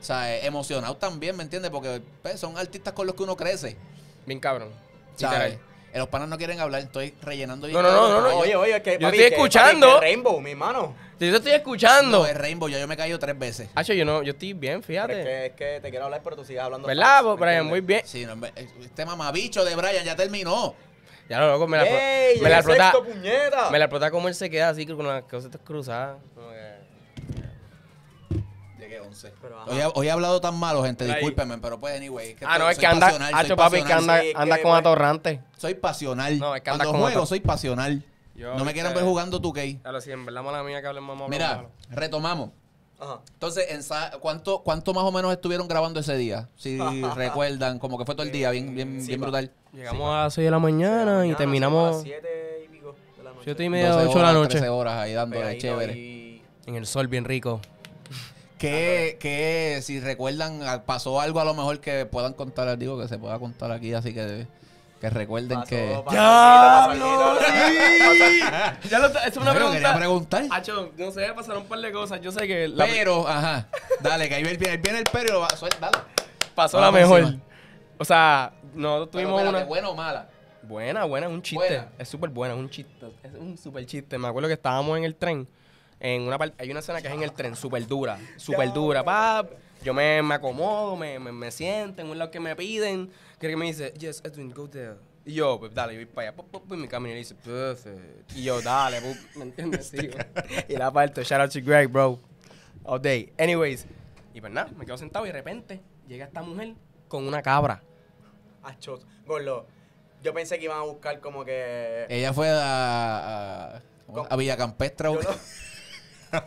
Speaker 1: sea, eh, emocionado también, ¿me entiendes? Porque pues, son artistas con los que uno crece.
Speaker 3: Bien cabrón.
Speaker 1: ¿Sabes?
Speaker 3: Literal.
Speaker 1: Eh, Los panas no quieren hablar, estoy rellenando bien.
Speaker 3: No, no,
Speaker 1: cabrón,
Speaker 3: no, no,
Speaker 1: pero
Speaker 3: no,
Speaker 1: yo-
Speaker 4: Oye, oye, que
Speaker 3: Yo
Speaker 4: papi,
Speaker 3: estoy
Speaker 4: que-
Speaker 3: escuchando.
Speaker 4: papi, que Rainbow, mi hermano.
Speaker 3: Yo te estoy escuchando.
Speaker 1: no, el Rainbow, ya yo me he caído tres veces.
Speaker 3: Hacho, yo no, yo estoy bien,
Speaker 4: Pero es
Speaker 3: fíjate.
Speaker 4: que, es que te quiero hablar, pero tú sigues hablando.
Speaker 3: ¿Verdad,
Speaker 4: falso, ¿me
Speaker 3: Brian?
Speaker 4: entiendes?
Speaker 3: Muy bien.
Speaker 1: Sí, no, me- este mamabicho de Brian ya terminó.
Speaker 3: Ya lo loco, me la
Speaker 4: Ey,
Speaker 3: pro- me la
Speaker 4: llegué
Speaker 3: prota.
Speaker 4: sexto, puñeta.
Speaker 3: Me la prota como él se queda así con las cosas cruzadas. como que-
Speaker 1: Llegué 11.
Speaker 4: Pero, ajá.
Speaker 1: Hoy, he- hoy he hablado tan malo, gente,
Speaker 3: Ahí.
Speaker 1: discúlpenme, pero pues anyway. Es que
Speaker 3: Ah, no,
Speaker 1: estoy-
Speaker 3: es que
Speaker 1: soy
Speaker 3: anda.
Speaker 1: pasional, soy
Speaker 3: Hacho, papi, que
Speaker 1: pasional,
Speaker 3: anda,
Speaker 4: sí, es que
Speaker 3: anda con
Speaker 4: voy-
Speaker 3: atorrante.
Speaker 1: Soy pasional.
Speaker 3: No, es que anda
Speaker 1: Cuando
Speaker 3: como
Speaker 1: juego,
Speaker 3: to-
Speaker 1: soy pasional.
Speaker 3: Yo,
Speaker 1: no me
Speaker 3: viste,
Speaker 1: quieran ver jugando tu gay.
Speaker 3: A lo siempre, la mala mía que hablen mamá.
Speaker 1: Mira, retomamos.
Speaker 4: Ajá.
Speaker 1: Entonces, ensa- ¿cuánto, ¿cuánto más o menos estuvieron grabando ese día? Si recuerdan, como que fue todo el día, bien, bien,
Speaker 4: Sí,
Speaker 1: bien
Speaker 4: pa.
Speaker 1: brutal.
Speaker 3: Llegamos a las 6 de la mañana y
Speaker 4: Mañana, a las
Speaker 3: terminamos
Speaker 4: siete y pico de la noche.
Speaker 3: 7 y media,
Speaker 1: 12
Speaker 3: 8 de la
Speaker 1: horas,
Speaker 3: noche.
Speaker 1: 13 horas ahí dándole,
Speaker 4: Pegadito
Speaker 1: chévere.
Speaker 4: y-
Speaker 3: En el sol bien rico.
Speaker 1: Que, que si recuerdan, a- pasó algo a lo mejor que puedan contar, digo que se pueda contar aquí, así que, que recuerden
Speaker 4: Pasó,
Speaker 1: que...
Speaker 4: pasó,
Speaker 3: ¡Diablo!
Speaker 4: pasó, pasó.
Speaker 3: ¡Sí! Ya lo está- es una
Speaker 1: Bueno, quería
Speaker 3: pregunta.
Speaker 1: preguntar.
Speaker 3: Hacho, no sé, pasaron un par de cosas. Yo sé que la
Speaker 1: Ah, Pero, ajá. Dale, que ahí viene, viene el pero y lo va, suelta, dale.
Speaker 3: pasó
Speaker 1: Vamos
Speaker 3: la mejor.
Speaker 1: encima.
Speaker 3: O sea, nosotros
Speaker 1: Pero
Speaker 3: tuvimos
Speaker 1: espérate,
Speaker 3: una.
Speaker 1: buena o mala.
Speaker 3: Buena, buena, es un chiste.
Speaker 1: Buena.
Speaker 3: Es súper buena, es un chiste. Es un súper chiste. Me acuerdo que estábamos en el tren. En una parte, hay una escena que es en el tren, súper dura, súper dura, pap. Yo me, me acomodo, me, me, me siento en un lado que me piden. Creo que me dice, yes, Edwin, go there. Y yo, pues dale, yo voy para allá, pop, pop, y mi camino y dice, perfect. Y yo, dale, pop, ¿me entiendes? Sí, güey. y la parte, shout out to Greg, bro. All day. Anyways, y pues nada, me quedo sentado y de repente llega esta mujer con una cabra.
Speaker 4: Acho, gordo, yo pensé que iban a buscar como que...
Speaker 3: Eh,
Speaker 1: Ella fue a, a,
Speaker 4: ¿Cómo?
Speaker 1: a Villa Campestre.
Speaker 4: Yo no-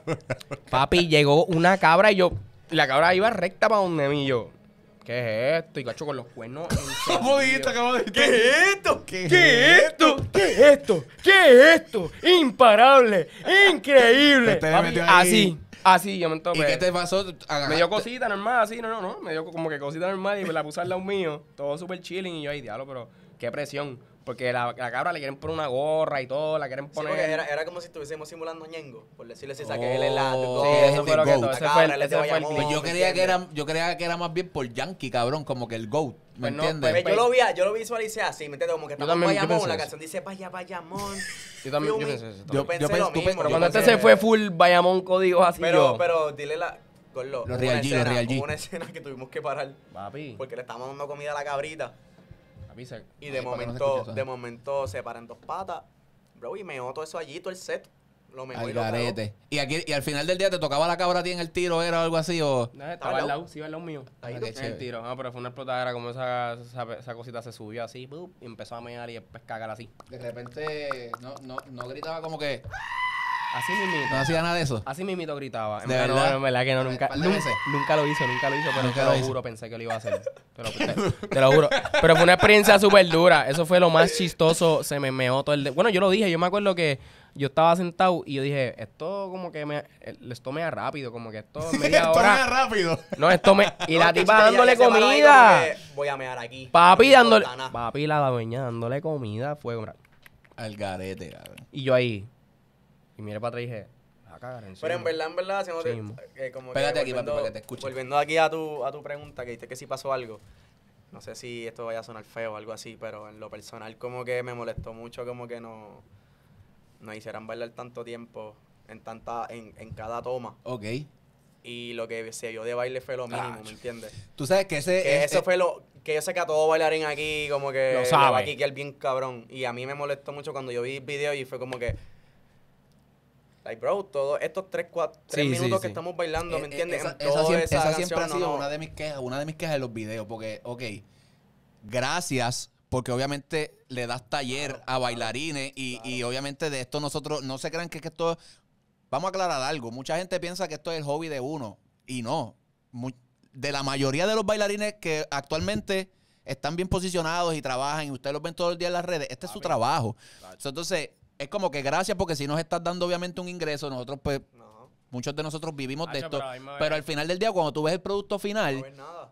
Speaker 3: Papi, llegó una cabra y yo. y La cabra iba recta para donde mí y yo. ¿Qué es esto? Y cacho con los cuernos. encendidos.
Speaker 1: ¿Cómo dijiste?
Speaker 4: ¿Qué es esto?
Speaker 3: ¿Qué es esto? ¿Qué es esto? ¿Qué es esto? Imparable, increíble.
Speaker 1: Este le
Speaker 3: Papi,
Speaker 1: metió ahí.
Speaker 3: así, así, yo me
Speaker 1: ¿Y
Speaker 3: entopé.
Speaker 1: qué te pasó? Aga-
Speaker 3: Me dio cosita normal, así, no, no, no. Me dio como que cosita normal y me la puse al lado mío. Todo súper chilling y yo ahí, diablo, pero qué presión. Porque la, la cabra le quieren poner una gorra y todo, la quieren
Speaker 4: Sí,
Speaker 3: poner.
Speaker 4: porque era, era como si estuviésemos simulando ñengo, por decirle si saqué el
Speaker 1: Oh.
Speaker 4: helado.
Speaker 3: Sí,
Speaker 1: Oh,
Speaker 3: eso fue lo que
Speaker 1: goat.
Speaker 3: todo. Ese
Speaker 4: La
Speaker 3: fue el,
Speaker 4: cabra, le
Speaker 3: ese fue el
Speaker 4: llamó-
Speaker 3: clip.
Speaker 1: Pues yo
Speaker 4: no
Speaker 1: creía que
Speaker 4: entiendo.
Speaker 1: era, yo creía que era más bien por Yankee, cabrón, como que el GOAT, ¿me
Speaker 3: Pues no,
Speaker 1: entiendes?
Speaker 3: pues,
Speaker 4: yo lo vi, yo lo visualicé así, ¿me entiendes? Como que
Speaker 3: Yo
Speaker 4: estaba en
Speaker 3: también- yo
Speaker 4: Bayamón,
Speaker 3: pensé
Speaker 4: la
Speaker 3: eso.
Speaker 4: canción dice vaya Bayamón.
Speaker 3: Yo también- yo
Speaker 4: Feel me.
Speaker 3: pensé eso también.
Speaker 1: Yo- yo
Speaker 4: pensé
Speaker 1: pensé-
Speaker 4: lo
Speaker 1: tú
Speaker 4: mismo.
Speaker 1: pe-
Speaker 3: Pero
Speaker 1: yo
Speaker 3: cuando
Speaker 1: pensé-
Speaker 3: este se fue full Bayamón códigos así
Speaker 4: Pero,
Speaker 3: yo.
Speaker 4: pero dile la. Gorlo,
Speaker 1: Los
Speaker 4: hubo
Speaker 1: Real
Speaker 4: una
Speaker 1: G, los
Speaker 4: escena-
Speaker 1: Real G.
Speaker 4: hubo una escena que tuvimos que parar
Speaker 3: Papi,
Speaker 4: porque le estábamos dando comida a la cabrita
Speaker 3: papi se-
Speaker 4: y
Speaker 1: Ay, para que no
Speaker 4: de
Speaker 1: se
Speaker 4: momento,
Speaker 1: escuche eso.
Speaker 4: de momento se paran dos patas, bro, y meó todo eso allí, todo el set. Lo meó
Speaker 1: Al
Speaker 4: y lo cagó.
Speaker 1: garete. Y, aquí, y al final del día te tocaba la cabra a ti en el tiro, era algo así, o...
Speaker 3: No, estaba al lado, sí, al lado mío.
Speaker 1: Ahí,
Speaker 3: Ahí
Speaker 1: qué
Speaker 3: en
Speaker 1: chévere.
Speaker 3: el tiro. Ah, pero fue una explotadera como esa, esa, esa cosita se subió así, ¡pup! y empezó a mear y después cagar así.
Speaker 1: De repente no, no, no gritaba como que...
Speaker 3: Así
Speaker 1: No
Speaker 3: mismito.
Speaker 1: hacía nada de eso.
Speaker 3: Así mismito gritaba. En
Speaker 1: ¿De
Speaker 3: verdad, no,
Speaker 1: verdad?
Speaker 3: en verdad que no, nunca,
Speaker 1: ¿Par de
Speaker 3: nun-
Speaker 1: veces?
Speaker 3: nunca lo hizo, nunca lo hizo, pero
Speaker 1: Nunca
Speaker 3: te
Speaker 1: lo
Speaker 3: lo,
Speaker 1: hizo.
Speaker 3: juro, pensé que lo iba a hacer. Te lo, te- te lo juro. Pero fue una experiencia súper dura. Eso fue lo más chistoso. Se me meó todo el... de- Bueno, yo lo dije, yo me acuerdo que yo estaba sentado y yo dije, esto como que me... eh, Esto mea rápido, como que esto en media hora...
Speaker 1: rápido.
Speaker 3: No, esto me... Y la
Speaker 4: No, que
Speaker 3: tipa
Speaker 4: ella-
Speaker 3: dándole
Speaker 4: ella se paró ahí
Speaker 3: comida.
Speaker 4: como que, Voy a mear aquí.
Speaker 3: Papi
Speaker 4: No
Speaker 3: dándole.
Speaker 4: importa nada".
Speaker 3: Papi la dueña dándole comida fue una-
Speaker 1: Al garete, cabrón.
Speaker 3: Y yo ahí. Y mire para atrás y dije. "Ah, cagar, encima".
Speaker 4: Pero en verdad, en verdad, si no te-
Speaker 3: Sí, mo.
Speaker 4: eh, como que
Speaker 1: Pégate aquí, papi,
Speaker 4: volviendo-
Speaker 1: para que te escuche.
Speaker 4: Volviendo aquí a tu, a tu pregunta, que dijiste que si pasó algo. No sé si esto vaya a sonar feo o algo así, pero en lo personal como que me molestó mucho como que no, no hicieran bailar tanto tiempo en tanta en, en cada toma.
Speaker 1: Ok.
Speaker 4: Y lo que se vio de baile fue lo mínimo,
Speaker 1: Ah,
Speaker 4: ¿me entiendes?
Speaker 1: Tú sabes que ese... eh,
Speaker 4: Que
Speaker 1: ese-
Speaker 4: eso fue lo que yo sé que a todo bailarín aquí como que
Speaker 3: Lo
Speaker 4: le
Speaker 3: sabe.
Speaker 4: va a quiquear bien cabrón y a mí me molestó mucho cuando yo vi el video y fue como que like bro, todos estos tres, cuatro, tres
Speaker 3: Sí, sí,
Speaker 4: minutos que
Speaker 3: sí.
Speaker 4: estamos bailando,
Speaker 1: eh, eh,
Speaker 4: ¿me entiendes?
Speaker 1: Esa,
Speaker 4: En
Speaker 1: esa
Speaker 4: toda
Speaker 1: siempre, esa
Speaker 4: esa
Speaker 1: siempre ha
Speaker 4: canción,
Speaker 1: sido
Speaker 4: no, no.
Speaker 1: una de mis quejas, una de mis quejas en los videos, porque, ok, gracias, porque obviamente le das taller a bailarines y, y obviamente de esto nosotros, no se crean que, es que esto, vamos a aclarar algo, mucha gente piensa que esto es el hobby de uno y no, Mu- de la mayoría de los bailarines que actualmente están bien posicionados y trabajan y ustedes los ven todo el día en las redes, este es su trabajo. So, entonces, es como que gracias porque si nos estás dando obviamente un ingreso, nosotros pues
Speaker 4: No,
Speaker 1: Muchos de nosotros vivimos de
Speaker 3: Hacho,
Speaker 1: esto.
Speaker 3: pero ahí me ve.
Speaker 1: Pero al final del día, cuando tú ves el producto
Speaker 4: no
Speaker 1: final,
Speaker 4: ves nada.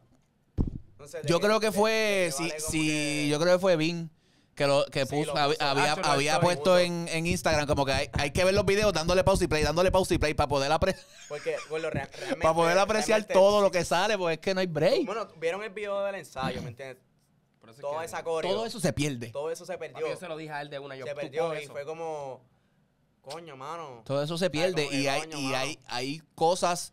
Speaker 4: No sé, de
Speaker 1: yo creo que
Speaker 4: de-
Speaker 1: fue.
Speaker 4: de
Speaker 1: Si,
Speaker 4: vale como
Speaker 1: si-
Speaker 4: que-
Speaker 1: yo creo que fue Vin que, lo, que
Speaker 4: Sí,
Speaker 1: puso-
Speaker 4: lo
Speaker 1: hab-
Speaker 4: puso.
Speaker 1: había,
Speaker 3: Hacho, lo
Speaker 1: había
Speaker 3: hizo,
Speaker 1: puesto
Speaker 3: lo
Speaker 1: en, en Instagram, como que hay, hay que ver los videos dándole pause y play, dándole pause y play para poder, apre-
Speaker 4: Porque, bueno, real- realmente-
Speaker 1: para poder apreciar
Speaker 4: realmente-
Speaker 1: todo lo que sale, porque es que no hay break.
Speaker 4: Bueno, vieron el video del ensayo, ¿me entiendes?
Speaker 3: Por eso es
Speaker 4: Toda
Speaker 3: que-
Speaker 4: esa
Speaker 1: Todo
Speaker 4: coreo.
Speaker 1: eso se pierde.
Speaker 4: todo eso se
Speaker 3: Papi,
Speaker 4: perdió.
Speaker 3: yo se lo dije a él de una. Yo,
Speaker 4: se
Speaker 3: "Tú
Speaker 4: perdió
Speaker 3: coge
Speaker 4: y
Speaker 3: eso".
Speaker 4: fue como coño, mano.
Speaker 1: Todo eso se pierde.
Speaker 4: como que
Speaker 1: Y, hay,
Speaker 4: coño,
Speaker 1: y
Speaker 4: mano.
Speaker 1: hay, hay cosas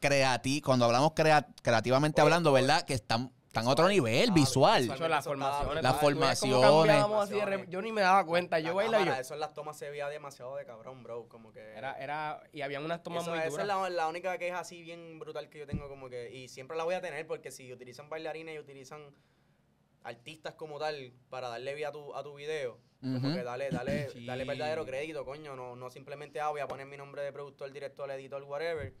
Speaker 1: creativas, cuando hablamos crea- creativamente
Speaker 4: Oye,
Speaker 1: hablando,
Speaker 4: oye.
Speaker 1: ¿verdad? Que están, están a otro nivel,
Speaker 4: Ah,
Speaker 1: visual.
Speaker 3: Hacho, las
Speaker 4: Eso estaba-
Speaker 3: formaciones.
Speaker 1: Las
Speaker 3: papi, tú ves cómo
Speaker 1: formaciones.
Speaker 3: cambiábamos así de re- Yo ni me daba cuenta.
Speaker 4: La
Speaker 3: Yo bailaba y yo.
Speaker 4: cámara, Eso en las tomas se veía demasiado de cabrón, bro. Como que.
Speaker 3: Era, era, y había unas tomas
Speaker 4: Eso-
Speaker 3: muy
Speaker 4: esa es
Speaker 3: duras.
Speaker 4: la, la única que es así bien brutal que yo tengo, como que. Y siempre la voy a tener, porque si utilizan bailarines y utilizan artistas como tal para darle vida a tu, a tu video. pues Como
Speaker 1: Ujú.
Speaker 4: que dale, dale,
Speaker 3: Sí.
Speaker 4: dale verdadero crédito, coño. No, no simplemente ah, voy a poner mi nombre de productor, director, editor, whatever.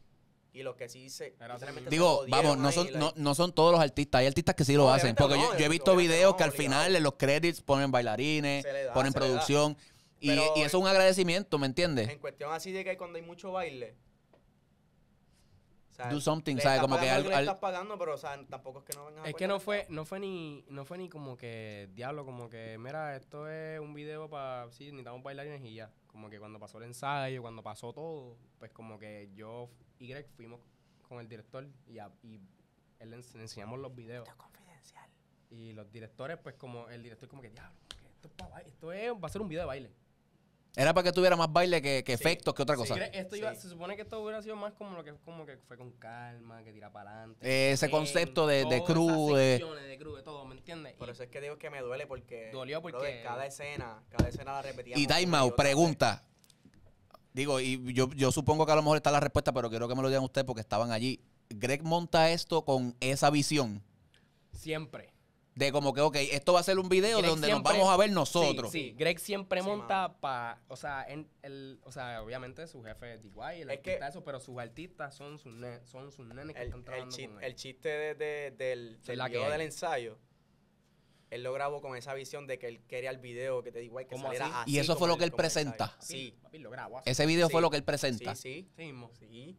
Speaker 4: Y los que sí se.
Speaker 3: Era así mismo.
Speaker 4: literalmente se
Speaker 1: Digo,
Speaker 4: jodieron
Speaker 1: vamos, no
Speaker 4: ahí,
Speaker 1: son,
Speaker 4: like,
Speaker 1: no, no son todos los artistas. Hay artistas que sí lo
Speaker 4: No,
Speaker 1: hacen.
Speaker 4: obviamente
Speaker 1: Porque
Speaker 4: no,
Speaker 1: yo, yo he visto
Speaker 4: obviamente
Speaker 1: videos
Speaker 4: no,
Speaker 1: que al
Speaker 4: obligado.
Speaker 1: final en los credits ponen bailarines,
Speaker 4: Se le da,
Speaker 1: ponen
Speaker 4: se le da.
Speaker 1: producción. Y,
Speaker 4: Pero-
Speaker 1: y eso es un agradecimiento, ¿me entiendes?
Speaker 4: En cuestión así de que cuando hay mucho baile. o sea,
Speaker 1: Do something,
Speaker 4: le
Speaker 1: ¿sabes?
Speaker 4: estás
Speaker 1: Como que
Speaker 4: pagando
Speaker 1: al-
Speaker 4: lo le
Speaker 1: al-
Speaker 4: estás pagando, pero o sea, tampoco es que no vengas a
Speaker 3: Es que no
Speaker 4: apoyar.
Speaker 3: fue, no fue ni, no fue ni como que, diablo, como que, mira, esto es un video para, sí, necesitamos bailarines y ya. Como que cuando pasó el ensayo, cuando pasó todo, pues como que yo y Greg fuimos con el director y, a- y él le, ens- le enseñamos los videos. Y los directores, pues como, el director como que, diablo, como que esto, es pa' baile, esto es- va a ser un video de baile.
Speaker 1: Era para que tuviera más baile que, que
Speaker 4: Sí.
Speaker 1: efectos que otra
Speaker 3: Sí,
Speaker 1: cosa.
Speaker 3: Greg, esto iba-
Speaker 4: Sí.
Speaker 3: se supone que esto hubiera sido más como lo que, como que fue con calma, que tira para adelante.
Speaker 1: Eh, ese concepto de- de crew, de-
Speaker 3: de crew, de todo, ¿me entiendes?
Speaker 4: Por
Speaker 3: Y-
Speaker 4: eso es que digo que me duele porque.
Speaker 3: Dolió porque-
Speaker 4: brother, cada escena, cada escena la repetíamos.
Speaker 1: y Time
Speaker 4: una
Speaker 1: Out,
Speaker 4: otra vez.
Speaker 1: pregunta. Digo, y yo, yo supongo que a lo mejor está la respuesta, pero quiero que me lo digan ustedes porque estaban allí. Greg monta esto con esa visión
Speaker 3: Siempre.
Speaker 1: de como que, ok, esto va a ser un video
Speaker 3: Greg
Speaker 1: donde nos
Speaker 3: siempre-
Speaker 1: vamos a ver nosotros.
Speaker 3: Sí, sí. Greg siempre
Speaker 4: Sí,
Speaker 3: monta para. O sea, en el, o sea, obviamente su jefe es DIY, el
Speaker 4: Es
Speaker 3: artista
Speaker 4: que-
Speaker 3: eso, pero sus artistas son sus, ne- son sus nenes que
Speaker 4: El,
Speaker 3: están
Speaker 4: el,
Speaker 3: trabajando
Speaker 4: chi-
Speaker 3: con él.
Speaker 4: el chiste de- de- del, del
Speaker 3: la que
Speaker 4: video
Speaker 3: hay.
Speaker 4: del ensayo. Él lo grabó con esa visión de que él quería el video que te digo, ay, que
Speaker 3: ¿Cómo
Speaker 4: saliera
Speaker 3: así?
Speaker 4: así.
Speaker 1: Y eso fue
Speaker 4: como
Speaker 1: lo que él
Speaker 4: como ensayo.
Speaker 1: presenta.
Speaker 3: Papi,
Speaker 4: Sí.
Speaker 3: Papi, lo grabo así.
Speaker 1: Ese video fue
Speaker 4: Sí.
Speaker 1: lo que él
Speaker 4: Sí,
Speaker 1: presenta.
Speaker 4: sí.
Speaker 3: Sí mismo.
Speaker 4: Sí. Y,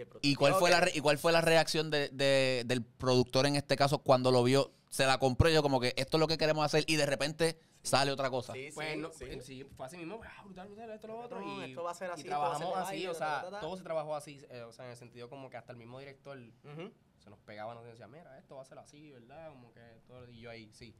Speaker 4: el
Speaker 1: ¿Y
Speaker 4: productor,
Speaker 1: cuál, fue
Speaker 4: ok.
Speaker 1: la re- ¿Y cuál fue la reacción de- de- del productor en este caso cuando lo vio? Se la compró y yo como que esto es lo que queremos hacer y de repente sale otra cosa.
Speaker 4: Sí, sí,
Speaker 3: Pues no,
Speaker 4: sí.
Speaker 3: eh, sí, fue así mismo, ah, brutal, brutal, esto, lo otro.
Speaker 4: Cabrón,
Speaker 3: y,
Speaker 4: esto va a ser así,
Speaker 3: y
Speaker 4: todo va a ser
Speaker 3: trabajamos
Speaker 4: de
Speaker 3: así,
Speaker 4: baile,
Speaker 3: o sea,
Speaker 4: ta, ta, ta.
Speaker 3: todo se trabajó así, eh, o sea, en el sentido como que hasta el mismo director
Speaker 4: Ujú.
Speaker 3: se nos pegaba, nos decía, mira, esto va a ser así, ¿verdad? Como que todo, y yo ahí, sí.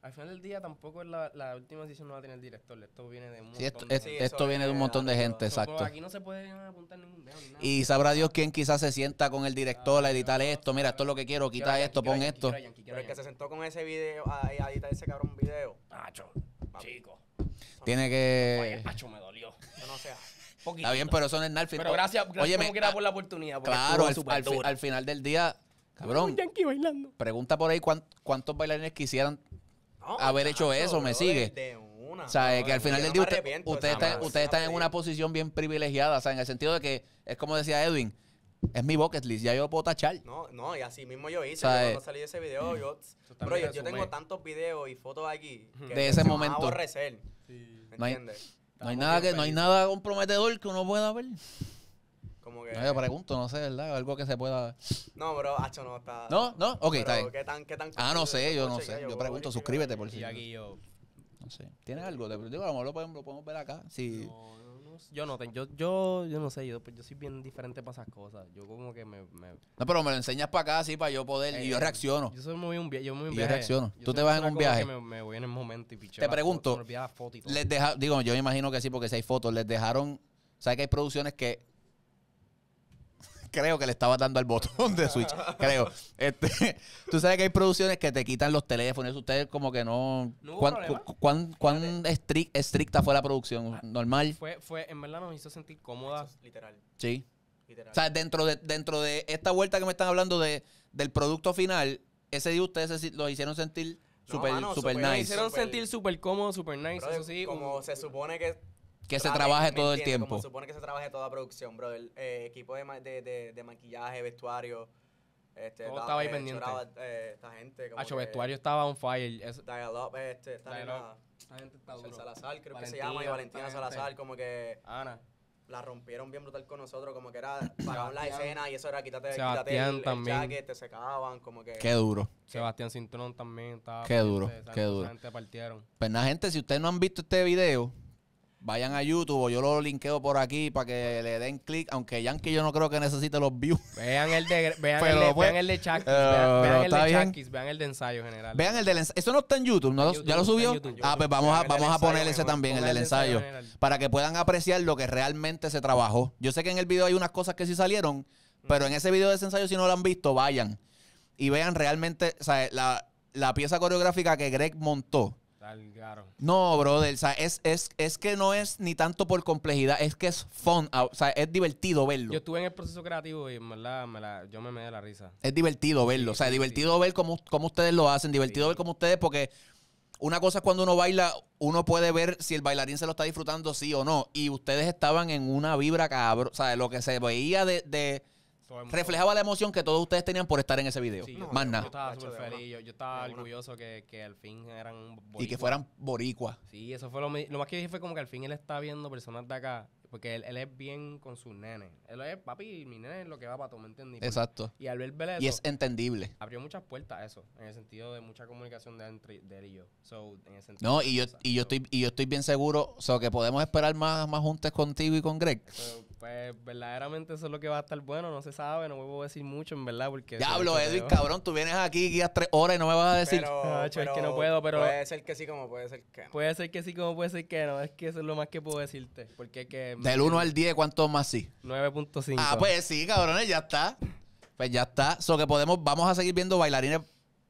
Speaker 3: Al final del día tampoco es la, la última decisión no va a tener el director, esto viene de un
Speaker 1: Sí, esto,
Speaker 3: montón de
Speaker 1: es-
Speaker 4: Sí,
Speaker 3: gente.
Speaker 4: eso
Speaker 1: esto viene de un
Speaker 4: es
Speaker 1: montón de
Speaker 4: algo-
Speaker 1: gente,
Speaker 3: So, como
Speaker 1: exacto.
Speaker 3: Aquí no se puede apuntar ningún dedo ni nada.
Speaker 1: Y sabrá Dios quién quizás se sienta con el director a editar esto. Mira, esto es lo que quiero,
Speaker 3: Quiero
Speaker 1: quita
Speaker 3: a
Speaker 1: esto,
Speaker 3: Yankee,
Speaker 1: pon
Speaker 3: quiero a
Speaker 1: esto.
Speaker 3: Yankee, quiero
Speaker 4: Pero
Speaker 3: a
Speaker 4: el que se
Speaker 3: Yankee,
Speaker 4: sentó con ese video, a, a editar ese cabrón video,
Speaker 3: Nacho, chico.
Speaker 1: Tiene
Speaker 3: Oye,
Speaker 1: que.
Speaker 3: Nacho me dolió.
Speaker 4: eso no sea.
Speaker 1: Eh. Está bien, pero eso no es Narfis.
Speaker 3: Pero gracias, gracias
Speaker 1: Óyeme, ah,
Speaker 3: como quiera por la oportunidad. porque
Speaker 1: Claro, al,
Speaker 3: estuvo
Speaker 1: al fi-
Speaker 3: superdura.
Speaker 1: al final del día, cabrón,
Speaker 3: Un yankee bailando.
Speaker 1: pregunta por ahí cuán- cuántos bailarines quisieran.
Speaker 4: No,
Speaker 1: Haber hecho eso, me
Speaker 4: brother,
Speaker 1: sigue.
Speaker 4: De una.
Speaker 1: O sea, eh, que al
Speaker 4: Yo
Speaker 1: final
Speaker 4: no
Speaker 1: del
Speaker 4: me
Speaker 1: día usted-
Speaker 4: arrepiento de
Speaker 1: ustedes
Speaker 4: esa
Speaker 1: están,
Speaker 4: madre,
Speaker 1: ustedes están en
Speaker 4: sí.
Speaker 1: una posición bien privilegiada, o sea, en el sentido de que es como decía Edwin, es mi bucket list, ya yo lo puedo tachar.
Speaker 4: No, no, y así mismo yo hice.
Speaker 1: O sea,
Speaker 4: yo
Speaker 1: eh,
Speaker 4: cuando salí de ese video, yo.
Speaker 3: también
Speaker 4: Bro, yo,
Speaker 3: resume.
Speaker 4: yo tengo tantos videos y fotos aquí. que
Speaker 1: De ese
Speaker 4: se me van a
Speaker 1: momento.
Speaker 4: aborrecer, ¿Me
Speaker 1: No hay-
Speaker 4: entiendes?
Speaker 1: No hay
Speaker 3: Estamos
Speaker 1: nada
Speaker 3: bien
Speaker 1: que, no hay
Speaker 3: felices.
Speaker 1: nada comprometedor que uno pueda ver.
Speaker 4: Como que.
Speaker 1: No, yo pregunto, no sé, ¿verdad? Algo que se pueda.
Speaker 4: No, bro, hacho no
Speaker 3: Ah,
Speaker 4: está.
Speaker 1: No, no, ok,
Speaker 4: Pero,
Speaker 1: está bien.
Speaker 4: ¿qué tan, qué tan
Speaker 1: Ah, no sé, yo
Speaker 4: Puedo
Speaker 1: no
Speaker 4: chequear,
Speaker 1: sé. Yo
Speaker 4: puedo
Speaker 1: pregunto,
Speaker 4: verificar.
Speaker 1: suscríbete por si.
Speaker 3: Y aquí yo.
Speaker 1: No sé. ¿Tienes algo? Te digo, a lo mejor lo podemos, lo podemos ver acá. Sí.
Speaker 3: no, no sé. Yo no, te- yo, yo, yo no sé, yo, pues, yo soy bien diferente para esas cosas. Yo como que me... me
Speaker 1: No, pero me lo enseñas para acá, así, para yo poder. y yo
Speaker 3: Eh,
Speaker 1: reacciono.
Speaker 3: Yo soy muy un viaje. Yo, me voy a un
Speaker 1: Y yo
Speaker 3: viaje.
Speaker 1: reacciono. Tú
Speaker 3: Yo soy
Speaker 1: te
Speaker 3: una
Speaker 1: vas en
Speaker 3: persona
Speaker 1: un
Speaker 3: como
Speaker 1: viaje.
Speaker 3: que Me, me voy en el momento y piché
Speaker 1: Te
Speaker 3: la
Speaker 1: pregunto,
Speaker 3: foto, me olvidé la foto y todo.
Speaker 1: Les deja, digo, yo me imagino que sí, porque si hay fotos, les dejaron. ¿Sabes que hay producciones que. Creo que le estaba dando al botón de Switch. Creo. Este, Tú sabes que hay producciones que te quitan los teléfonos. eso Ustedes, como que no.
Speaker 3: No hubo
Speaker 1: ¿Cuán,
Speaker 3: problema.
Speaker 1: cu- cuán- cuán estric- estricta fue la
Speaker 4: Ah.
Speaker 1: producción? ¿Normal?
Speaker 3: Fue, fue, en verdad nos hizo sentir cómodas.
Speaker 4: Eso es Literal,
Speaker 1: Sí.
Speaker 4: literal.
Speaker 1: O sea, dentro de, dentro de esta vuelta que me están hablando de, del producto final, ese día ustedes se- los hicieron sentir
Speaker 4: No,
Speaker 1: super,
Speaker 4: mano,
Speaker 1: super
Speaker 4: super-
Speaker 1: nice.
Speaker 3: Hicieron
Speaker 4: Súper-
Speaker 3: sentir súper cómodo, súper nice,
Speaker 4: Brother,
Speaker 3: eso sí.
Speaker 4: como
Speaker 3: un-
Speaker 4: se supone que...
Speaker 1: Que se
Speaker 4: traten,
Speaker 1: trabaje
Speaker 4: ¿me
Speaker 1: todo el
Speaker 4: entiendes?
Speaker 1: tiempo.
Speaker 4: Como se supone que se trabaje toda producción, bro. El eh, equipo de, ma- de, de, de maquillaje, vestuario. Este,
Speaker 3: Todo
Speaker 4: da-
Speaker 3: estaba ahí
Speaker 4: eh,
Speaker 3: pendiente.
Speaker 4: choraba, eh, esta gente. Como
Speaker 3: Hacho,
Speaker 4: que-
Speaker 3: vestuario estaba on fire. Es,
Speaker 4: Dial-up, este, esta
Speaker 3: Dial-up.
Speaker 4: nena,
Speaker 3: esta gente está
Speaker 4: Michelle
Speaker 3: duro.
Speaker 4: Salazar, creo que se
Speaker 3: Valentina,
Speaker 4: llama, y Valentina
Speaker 3: esta gente.
Speaker 4: Salazar, como que
Speaker 3: Ana.
Speaker 4: la rompieron bien brutal con nosotros, como que era para las
Speaker 3: Sebastián.
Speaker 4: escenas y eso era quítate, quítate
Speaker 3: Sebastián
Speaker 4: el, el
Speaker 3: también.
Speaker 4: jacket, te secaban, como que...
Speaker 1: Qué duro.
Speaker 3: Sebastián Cintrón también estaba.
Speaker 1: Qué duro,
Speaker 3: pendiente, esa
Speaker 1: qué
Speaker 3: gente-
Speaker 1: duro.
Speaker 3: esa gente partieron.
Speaker 1: Pues nada, gente, si ustedes no han visto este video, vayan a YouTube o yo lo linkeo por aquí para que le den clic. Aunque Yankee yo no creo que necesite los views.
Speaker 3: Vean el de vean
Speaker 1: Pero
Speaker 3: el de,
Speaker 1: fue-
Speaker 3: vean el de Chakis,
Speaker 1: Pero
Speaker 3: vean, vean el
Speaker 1: está
Speaker 3: de
Speaker 1: bien.
Speaker 3: Chakis, vean el de ensayo general.
Speaker 1: Vean el del ensayo. Eso no está en YouTube, ¿no?
Speaker 3: Está en
Speaker 1: ¿Ya lo
Speaker 3: YouTube,
Speaker 1: subió?
Speaker 3: está en YouTube.
Speaker 1: Ah, pues vamos a,
Speaker 4: Vean el del
Speaker 1: vamos a
Speaker 4: ensayo,
Speaker 1: poner ese
Speaker 4: mejor.
Speaker 1: también, el
Speaker 3: Pongan
Speaker 1: del
Speaker 3: el ensayo
Speaker 1: ensayo.
Speaker 3: general.
Speaker 1: Para que puedan apreciar lo que realmente se trabajó. Yo sé que en el video hay unas cosas que sí salieron, pero
Speaker 3: Mm.
Speaker 1: en ese video de ese ensayo, si no lo han visto, vayan y vean realmente o sea, la, la pieza coreográfica que Greg montó.
Speaker 3: Salgaron.
Speaker 1: No, brother, o sea, es, es, es que no es ni tanto por complejidad, es que es fun, ah, o sea, es divertido verlo.
Speaker 3: Yo estuve en el proceso creativo y en verdad me la, yo me me de la risa.
Speaker 1: Es divertido verlo. o sea,
Speaker 3: sí,
Speaker 1: divertido ver cómo, cómo ustedes lo hacen, divertido ver cómo ustedes, porque una cosa es cuando uno baila, uno puede ver si el bailarín se lo está disfrutando, sí o no. Y ustedes estaban en una vibra cabrón. O sea, lo que se veía de. de-
Speaker 3: Todo el mundo-
Speaker 1: reflejaba la emoción que todos ustedes tenían por estar en ese video.
Speaker 3: Sí, yo,
Speaker 4: No,
Speaker 1: Más
Speaker 4: yo-
Speaker 1: nada.
Speaker 3: yo estaba
Speaker 4: Tacho,
Speaker 3: súper
Speaker 4: de
Speaker 3: feliz, yo, yo
Speaker 4: De
Speaker 3: estaba
Speaker 4: una.
Speaker 3: orgulloso que, que al fin eran
Speaker 1: Y que
Speaker 3: boricuas.
Speaker 1: fueran boricua.
Speaker 3: Sí, eso fue lo, mi- lo más que dije fue como que al fin él está viendo personas de acá, porque él, él es bien con sus nenes. Él es papi, mi nene es lo que va para todo, ¿me entendí?
Speaker 1: Exacto.
Speaker 3: Y al ver Beleto,
Speaker 1: Y es entendible.
Speaker 3: abrió muchas puertas a eso, en el sentido de mucha comunicación de, entre, de él y yo. So, en el sentido
Speaker 1: No,
Speaker 3: de
Speaker 1: y yo,
Speaker 3: cosas.
Speaker 1: y yo
Speaker 3: So,
Speaker 1: estoy, y yo estoy bien seguro, o sea, que podemos esperar más, más juntas contigo y con Greg.
Speaker 3: Pero, pues verdaderamente eso es lo que va a estar bueno, no se sabe, no puedo decir mucho en verdad porque...
Speaker 1: Diablo,
Speaker 3: se- se-
Speaker 1: Edwin, cabrón, tú vienes aquí, guías tres horas y no me vas a decir.
Speaker 4: Pero,
Speaker 3: Ah, hecho, es
Speaker 4: pero
Speaker 3: que no puedo, pero-
Speaker 4: Puede ser que sí, como puede ser que no.
Speaker 3: Puede ser que sí, como puede ser que no, es que eso es lo más que puedo decirte, porque es que...
Speaker 1: Del 1 al 10, ¿cuánto más sí?
Speaker 3: 9.5.
Speaker 1: Ah, pues sí, cabrones, ya está. Pues ya está. So que podemos, vamos a seguir viendo bailarines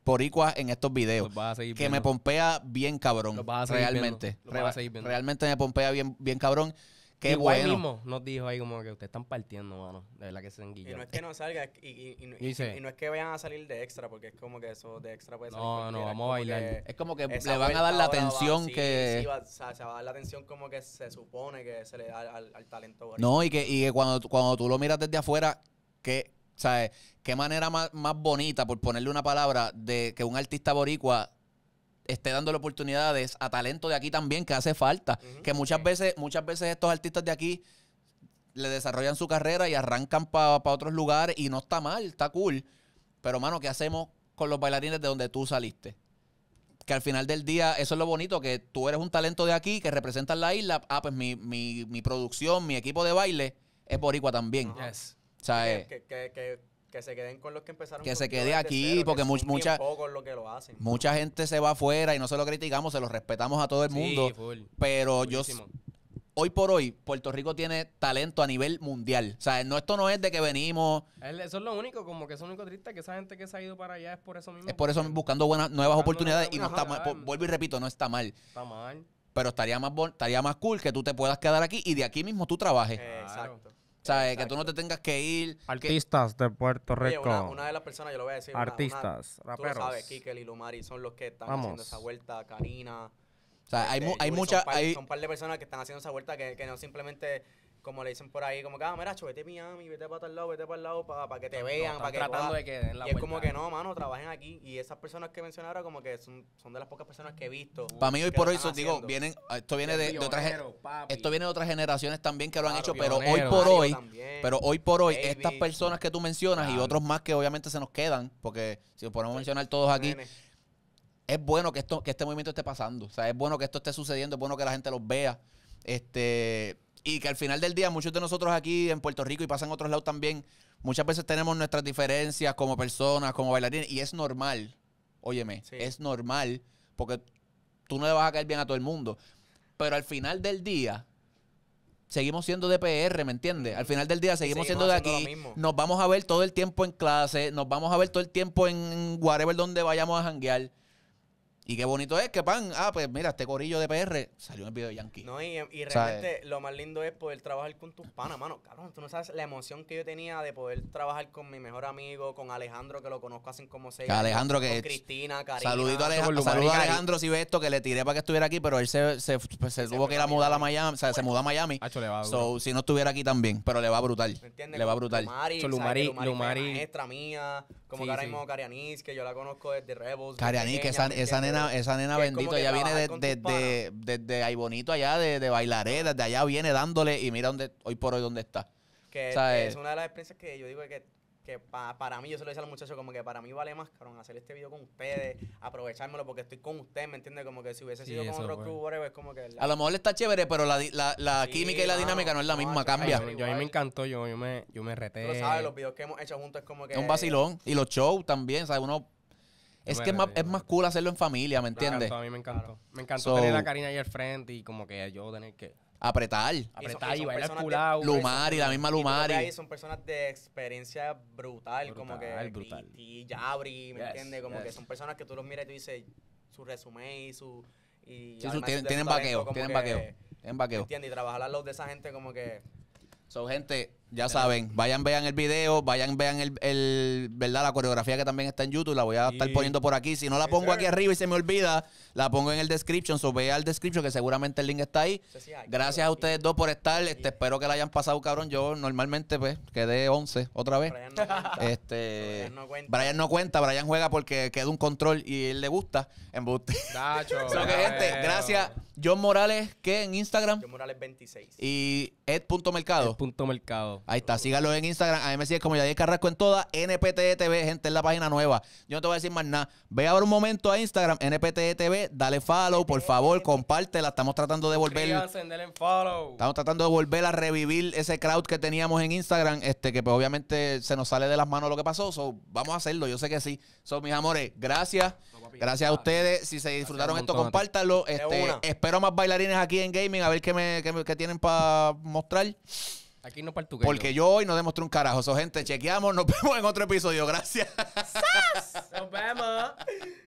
Speaker 1: poricuas en estos videos.
Speaker 3: Los Pues vas a seguir
Speaker 1: que
Speaker 3: viendo.
Speaker 1: me pompea bien cabrón.
Speaker 3: Los vas a seguir
Speaker 1: realmente.
Speaker 3: viendo. Los vas a
Speaker 1: Re-
Speaker 3: seguir viendo.
Speaker 1: Realmente me pompea bien, bien cabrón. Qué
Speaker 3: Igual
Speaker 1: bueno.
Speaker 3: mismo nos dijo ahí como que ustedes están partiendo, mano, de verdad que se
Speaker 4: Y no
Speaker 3: enguillan.
Speaker 4: es que no salga, y, y- y no-
Speaker 3: Yo hice-
Speaker 4: y no es que vayan a salir de extra, porque es como que eso de extra puede salir
Speaker 3: No,
Speaker 4: cualquiera,
Speaker 3: no, vamos
Speaker 4: como
Speaker 3: a bailar.
Speaker 1: Es como que
Speaker 4: esa
Speaker 1: Eh, le van a dar la
Speaker 4: vuelta ahora va-
Speaker 1: atención
Speaker 4: sí,
Speaker 1: que.
Speaker 4: sí, va- o sea, se va a dar la atención como que se supone que se le da al, al talento boricua.
Speaker 1: No, y que, y que cuando, tú- cuando tú lo miras desde afuera, que, ¿sabes? Qué manera más, más bonita, por ponerle una palabra, de que un artista boricua esté dándole oportunidades a talento de aquí también que hace falta. Que muchas veces, muchas veces estos artistas de aquí le desarrollan su carrera y arrancan para otros lugares y no está mal, está cool. Pero, mano, ¿qué hacemos con los bailarines de donde tú saliste? que al final del día, eso es lo bonito, que tú eres un talento de aquí, que representas la isla. Ah, pues mi, mi, mi producción, mi equipo de baile es boricua también.
Speaker 3: Yes.
Speaker 1: O sea, eh,
Speaker 4: Que, que, que, que se queden con los que empezaron.
Speaker 1: Que se
Speaker 4: contigo
Speaker 1: quede
Speaker 4: desde
Speaker 1: aquí,
Speaker 4: cero, que
Speaker 1: porque
Speaker 4: son
Speaker 1: much-
Speaker 4: bien
Speaker 1: mucha-
Speaker 4: pocos los que lo hacen.
Speaker 1: mucha gente se va afuera y no se lo criticamos, se lo respetamos a todo el
Speaker 3: Sí,
Speaker 1: mundo.
Speaker 3: full.
Speaker 1: pero yo,
Speaker 3: Buenísimo.
Speaker 1: hoy por hoy, Puerto Rico tiene talento a nivel mundial. O sea, no, esto no es de que venimos,
Speaker 3: Él- Eso es lo único, como que eso es lo único triste, que esa gente que se ha ido para allá es por eso mismo.
Speaker 1: es por eso
Speaker 3: porque
Speaker 1: buscando buenas nuevas
Speaker 3: Buscando
Speaker 1: oportunidades
Speaker 3: nuevas
Speaker 1: y no está mal.
Speaker 3: oportunidades.
Speaker 1: Por- Vuelvo y repito, no está mal.
Speaker 3: Está mal.
Speaker 1: Pero estaría más, bon- estaría más cool que tú te puedas quedar aquí y de aquí mismo tú trabajes.
Speaker 4: Eh, Exacto.
Speaker 1: o sea, eh, que tú no te tengas que ir. que-
Speaker 5: Artistas de Puerto
Speaker 4: Oye,
Speaker 5: Rico.
Speaker 4: una, una de las personas, yo lo voy a decir. una- una-
Speaker 5: Artistas, raperos.
Speaker 4: Tú lo sabes, Kike y Lumari son los que están
Speaker 5: Vamos.
Speaker 4: haciendo esa vuelta, Karina.
Speaker 1: o sea, hay,
Speaker 4: este,
Speaker 1: mu- hay
Speaker 4: Yuri,
Speaker 1: muchas.
Speaker 4: Son par,
Speaker 1: hay-
Speaker 4: son par de personas que están haciendo esa vuelta que, que no simplemente, como le dicen por ahí, como que, ah, mira, cho, vete a Miami, vete para tal lado, vete para el lado, para que te vean,
Speaker 3: están
Speaker 4: para que
Speaker 3: tratando de
Speaker 4: puedas".
Speaker 3: que den la
Speaker 4: Y es como
Speaker 3: vuelta.
Speaker 4: que no, mano, trabajen aquí. Y esas personas que mencioné ahora, como que son, son de las pocas personas que he visto.
Speaker 1: para mí hoy
Speaker 4: que
Speaker 1: por
Speaker 4: lo
Speaker 1: hoy,
Speaker 4: están
Speaker 1: so- digo,
Speaker 4: haciendo.
Speaker 1: vienen, ah, esto viene de, de otras gen-
Speaker 3: Pionero, papi.
Speaker 1: esto viene de otras generaciones también que lo han
Speaker 4: Claro,
Speaker 1: hecho, pero hoy
Speaker 3: pionero.
Speaker 1: por
Speaker 4: Mario
Speaker 1: hoy,
Speaker 4: también.
Speaker 1: pero hoy por hoy,
Speaker 4: Baby.
Speaker 1: estas personas que tú mencionas y
Speaker 3: Claro.
Speaker 1: otros más que obviamente se nos quedan, porque si lo ponemos a mencionar todos aquí,
Speaker 4: Nene.
Speaker 1: es bueno que esto que este movimiento esté pasando. O sea, es bueno que esto esté sucediendo, es bueno que la gente los vea. Este, y que al final del día, muchos de nosotros aquí en Puerto Rico y pasan en otros lados también, muchas veces tenemos nuestras diferencias como personas, como bailarines, y es normal. Óyeme,
Speaker 4: Sí.
Speaker 1: es normal, porque tú no le vas a caer bien a todo el mundo. Pero al final del día, seguimos siendo de PR, ¿me entiendes? Al final del día seguimos,
Speaker 4: Seguimos
Speaker 1: siendo de
Speaker 4: haciendo lo
Speaker 1: aquí.
Speaker 4: mismo.
Speaker 1: Nos vamos a ver todo el tiempo en clase, nos vamos a ver todo el tiempo en whatever donde vayamos a janguear. Y qué bonito es que pan, ah, pues mira, este corillo de PR salió en el video de Yankee.
Speaker 4: No, y, y
Speaker 1: O sea,
Speaker 4: realmente lo más lindo es poder trabajar con tus panas, mano. Cabrón, tú no sabes la emoción que yo tenía de poder trabajar con mi mejor amigo, con Alejandro, que lo conozco hace como seis
Speaker 1: Que Alejandro, que-
Speaker 4: Con Cristina, Karina.
Speaker 1: Saludito a Alejandro,
Speaker 3: Lumari,
Speaker 1: saludo a
Speaker 3: Cari.
Speaker 1: Alejandro si ve esto, que le tiré para que estuviera aquí, pero él se, se, pues, se tuvo
Speaker 4: fue
Speaker 1: que ir a
Speaker 4: a
Speaker 1: mudar a
Speaker 4: Miami.
Speaker 1: Miami, o sea, se mudó a Miami.
Speaker 5: Hacho, le va duro.
Speaker 1: So, si no estuviera aquí también, pero le va brutal.
Speaker 4: ¿Me entiendes?
Speaker 1: Le va
Speaker 4: Con
Speaker 1: brutal.
Speaker 3: Cho,
Speaker 4: Lumari, ¿sabes? Que
Speaker 3: Lumari,
Speaker 4: Lumari fue
Speaker 3: Lumari.
Speaker 4: maestra mía. Como
Speaker 3: Sí,
Speaker 4: que ahora
Speaker 3: sí.
Speaker 4: mismo Carianis, que yo la conozco desde Rebels. desde
Speaker 1: Carianí, que
Speaker 4: pequeña,
Speaker 1: esa,
Speaker 4: ¿me
Speaker 1: esa
Speaker 4: entiendes?
Speaker 1: nena, esa nena
Speaker 4: Que es
Speaker 1: bendito,
Speaker 4: como que
Speaker 1: ya viene
Speaker 4: trabajar
Speaker 1: de-
Speaker 4: con
Speaker 1: desde
Speaker 4: tus panas.
Speaker 1: desde ahí bonito allá, de, de bailarera, de allá viene dándole y mira dónde, hoy por hoy dónde está.
Speaker 4: Que,
Speaker 1: O sea,
Speaker 4: que
Speaker 1: eh,
Speaker 4: es una de las experiencias que yo digo que, que pa- para mí, yo se lo decía a los muchachos, como que para mí vale más, cabrón, hacer este video con ustedes, aprovechármelo porque estoy con ustedes, ¿me entiendes? Como que si hubiese
Speaker 3: Sí,
Speaker 4: sido con
Speaker 3: eso
Speaker 4: otro
Speaker 3: fue.
Speaker 4: crew, whatever, es como que...
Speaker 1: A lo mejor está chévere, pero la, di- la, la
Speaker 4: Sí,
Speaker 1: química y la
Speaker 4: mano,
Speaker 1: dinámica no es la
Speaker 4: no,
Speaker 1: misma,
Speaker 4: yo-
Speaker 1: cambia.
Speaker 3: Yo, yo a mí me encantó, yo, yo me, yo me reté.
Speaker 4: Tú lo sabes, los videos que hemos hecho juntos es como que...
Speaker 1: Es un vacilón. Y los shows también, ¿sabes? Uno. Es
Speaker 3: me
Speaker 1: que es más,
Speaker 3: reí,
Speaker 1: es
Speaker 3: yo
Speaker 1: más cool hacerlo en familia, ¿me
Speaker 3: Me encantó,
Speaker 1: entiendes?
Speaker 3: A mí me encantó. Me encantó
Speaker 1: So-
Speaker 3: tener a Karina ahí al frente y como que yo tener que
Speaker 1: Apretar.
Speaker 3: apretar y, bailar
Speaker 4: son personas de- pues,
Speaker 3: pulao.
Speaker 1: Lumari, la misma
Speaker 4: Y tú lo ves
Speaker 1: Lumari.
Speaker 4: ahí, son personas de experiencia brutal, como que...
Speaker 3: Brutal, brutal.
Speaker 4: Y Jabri, ¿me
Speaker 3: Yes,
Speaker 4: entiendes? Como
Speaker 3: yes.
Speaker 4: que son personas que tú los miras y tú dices su resumen y su... Y
Speaker 1: Sí, su-
Speaker 4: además
Speaker 1: tienen,
Speaker 4: de su
Speaker 1: tienen
Speaker 4: talento,
Speaker 1: vaqueo,
Speaker 4: como
Speaker 1: tienen
Speaker 4: que-
Speaker 1: vaqueo. Tienen
Speaker 4: ¿me
Speaker 1: vaqueo.
Speaker 4: ¿Entiendes? Y trabajar a los de esa gente como que...
Speaker 1: So, gente, ya saben, vayan, vean el video, vayan, vean el, el- ¿verdad? La coreografía que también está en YouTube, la voy a estar
Speaker 3: Y-
Speaker 1: poniendo por aquí. Si no la
Speaker 4: Sí,
Speaker 1: pongo
Speaker 4: sir.
Speaker 1: aquí arriba y se me olvida, la pongo en el description, so ve al description que seguramente el link está ahí.
Speaker 4: Sí, sí, hay-
Speaker 1: Gracias a ustedes dos por estar, este, espero que la hayan pasado, cabrón. Yo normalmente, pues, quedé 11 otra vez.
Speaker 4: Brian no cuenta.
Speaker 1: Este,
Speaker 4: Brian no cuenta.
Speaker 1: Brian no cuenta, Brian juega porque queda un control y él le gusta. Embuste.
Speaker 3: Dacho.
Speaker 1: So que, gente,
Speaker 3: bravo.
Speaker 1: gracias. John Morales, que en Instagram
Speaker 4: Yo Morales 26.
Speaker 1: y ed.mercado.
Speaker 3: Punto mercado.
Speaker 1: Ahí está, síganlo en Instagram. A mí me sigues como Yadier Carrasco en todas. NPTTV, E gente, es la página nueva. Yo no te voy a decir más nada. Ve ahora un momento a Instagram, NPTTV, E dale
Speaker 4: Este
Speaker 1: follow, por favor, compártela. Estamos tratando de volver.
Speaker 3: Suscríbanse, denle en follow.
Speaker 1: Estamos tratando de volver a revivir ese crowd que teníamos en Instagram, este que pues obviamente se nos sale de las manos lo que pasó. So, vamos a hacerlo, yo sé que sí. So, mis amores, gracias. Gracias a ustedes. Si se disfrutaron
Speaker 3: un
Speaker 1: esto,
Speaker 3: montón a ti.
Speaker 1: compártanlo.
Speaker 4: De
Speaker 1: Este,
Speaker 4: una.
Speaker 1: espero más bailarines aquí en gaming, a ver qué, me, qué, me- qué tienen para mostrar.
Speaker 3: Aquí no partuqueño.
Speaker 1: Porque yo hoy no demostré un carajo. So, gente, chequeamos. Nos vemos en otro episodio. Gracias.
Speaker 3: Nos vemos.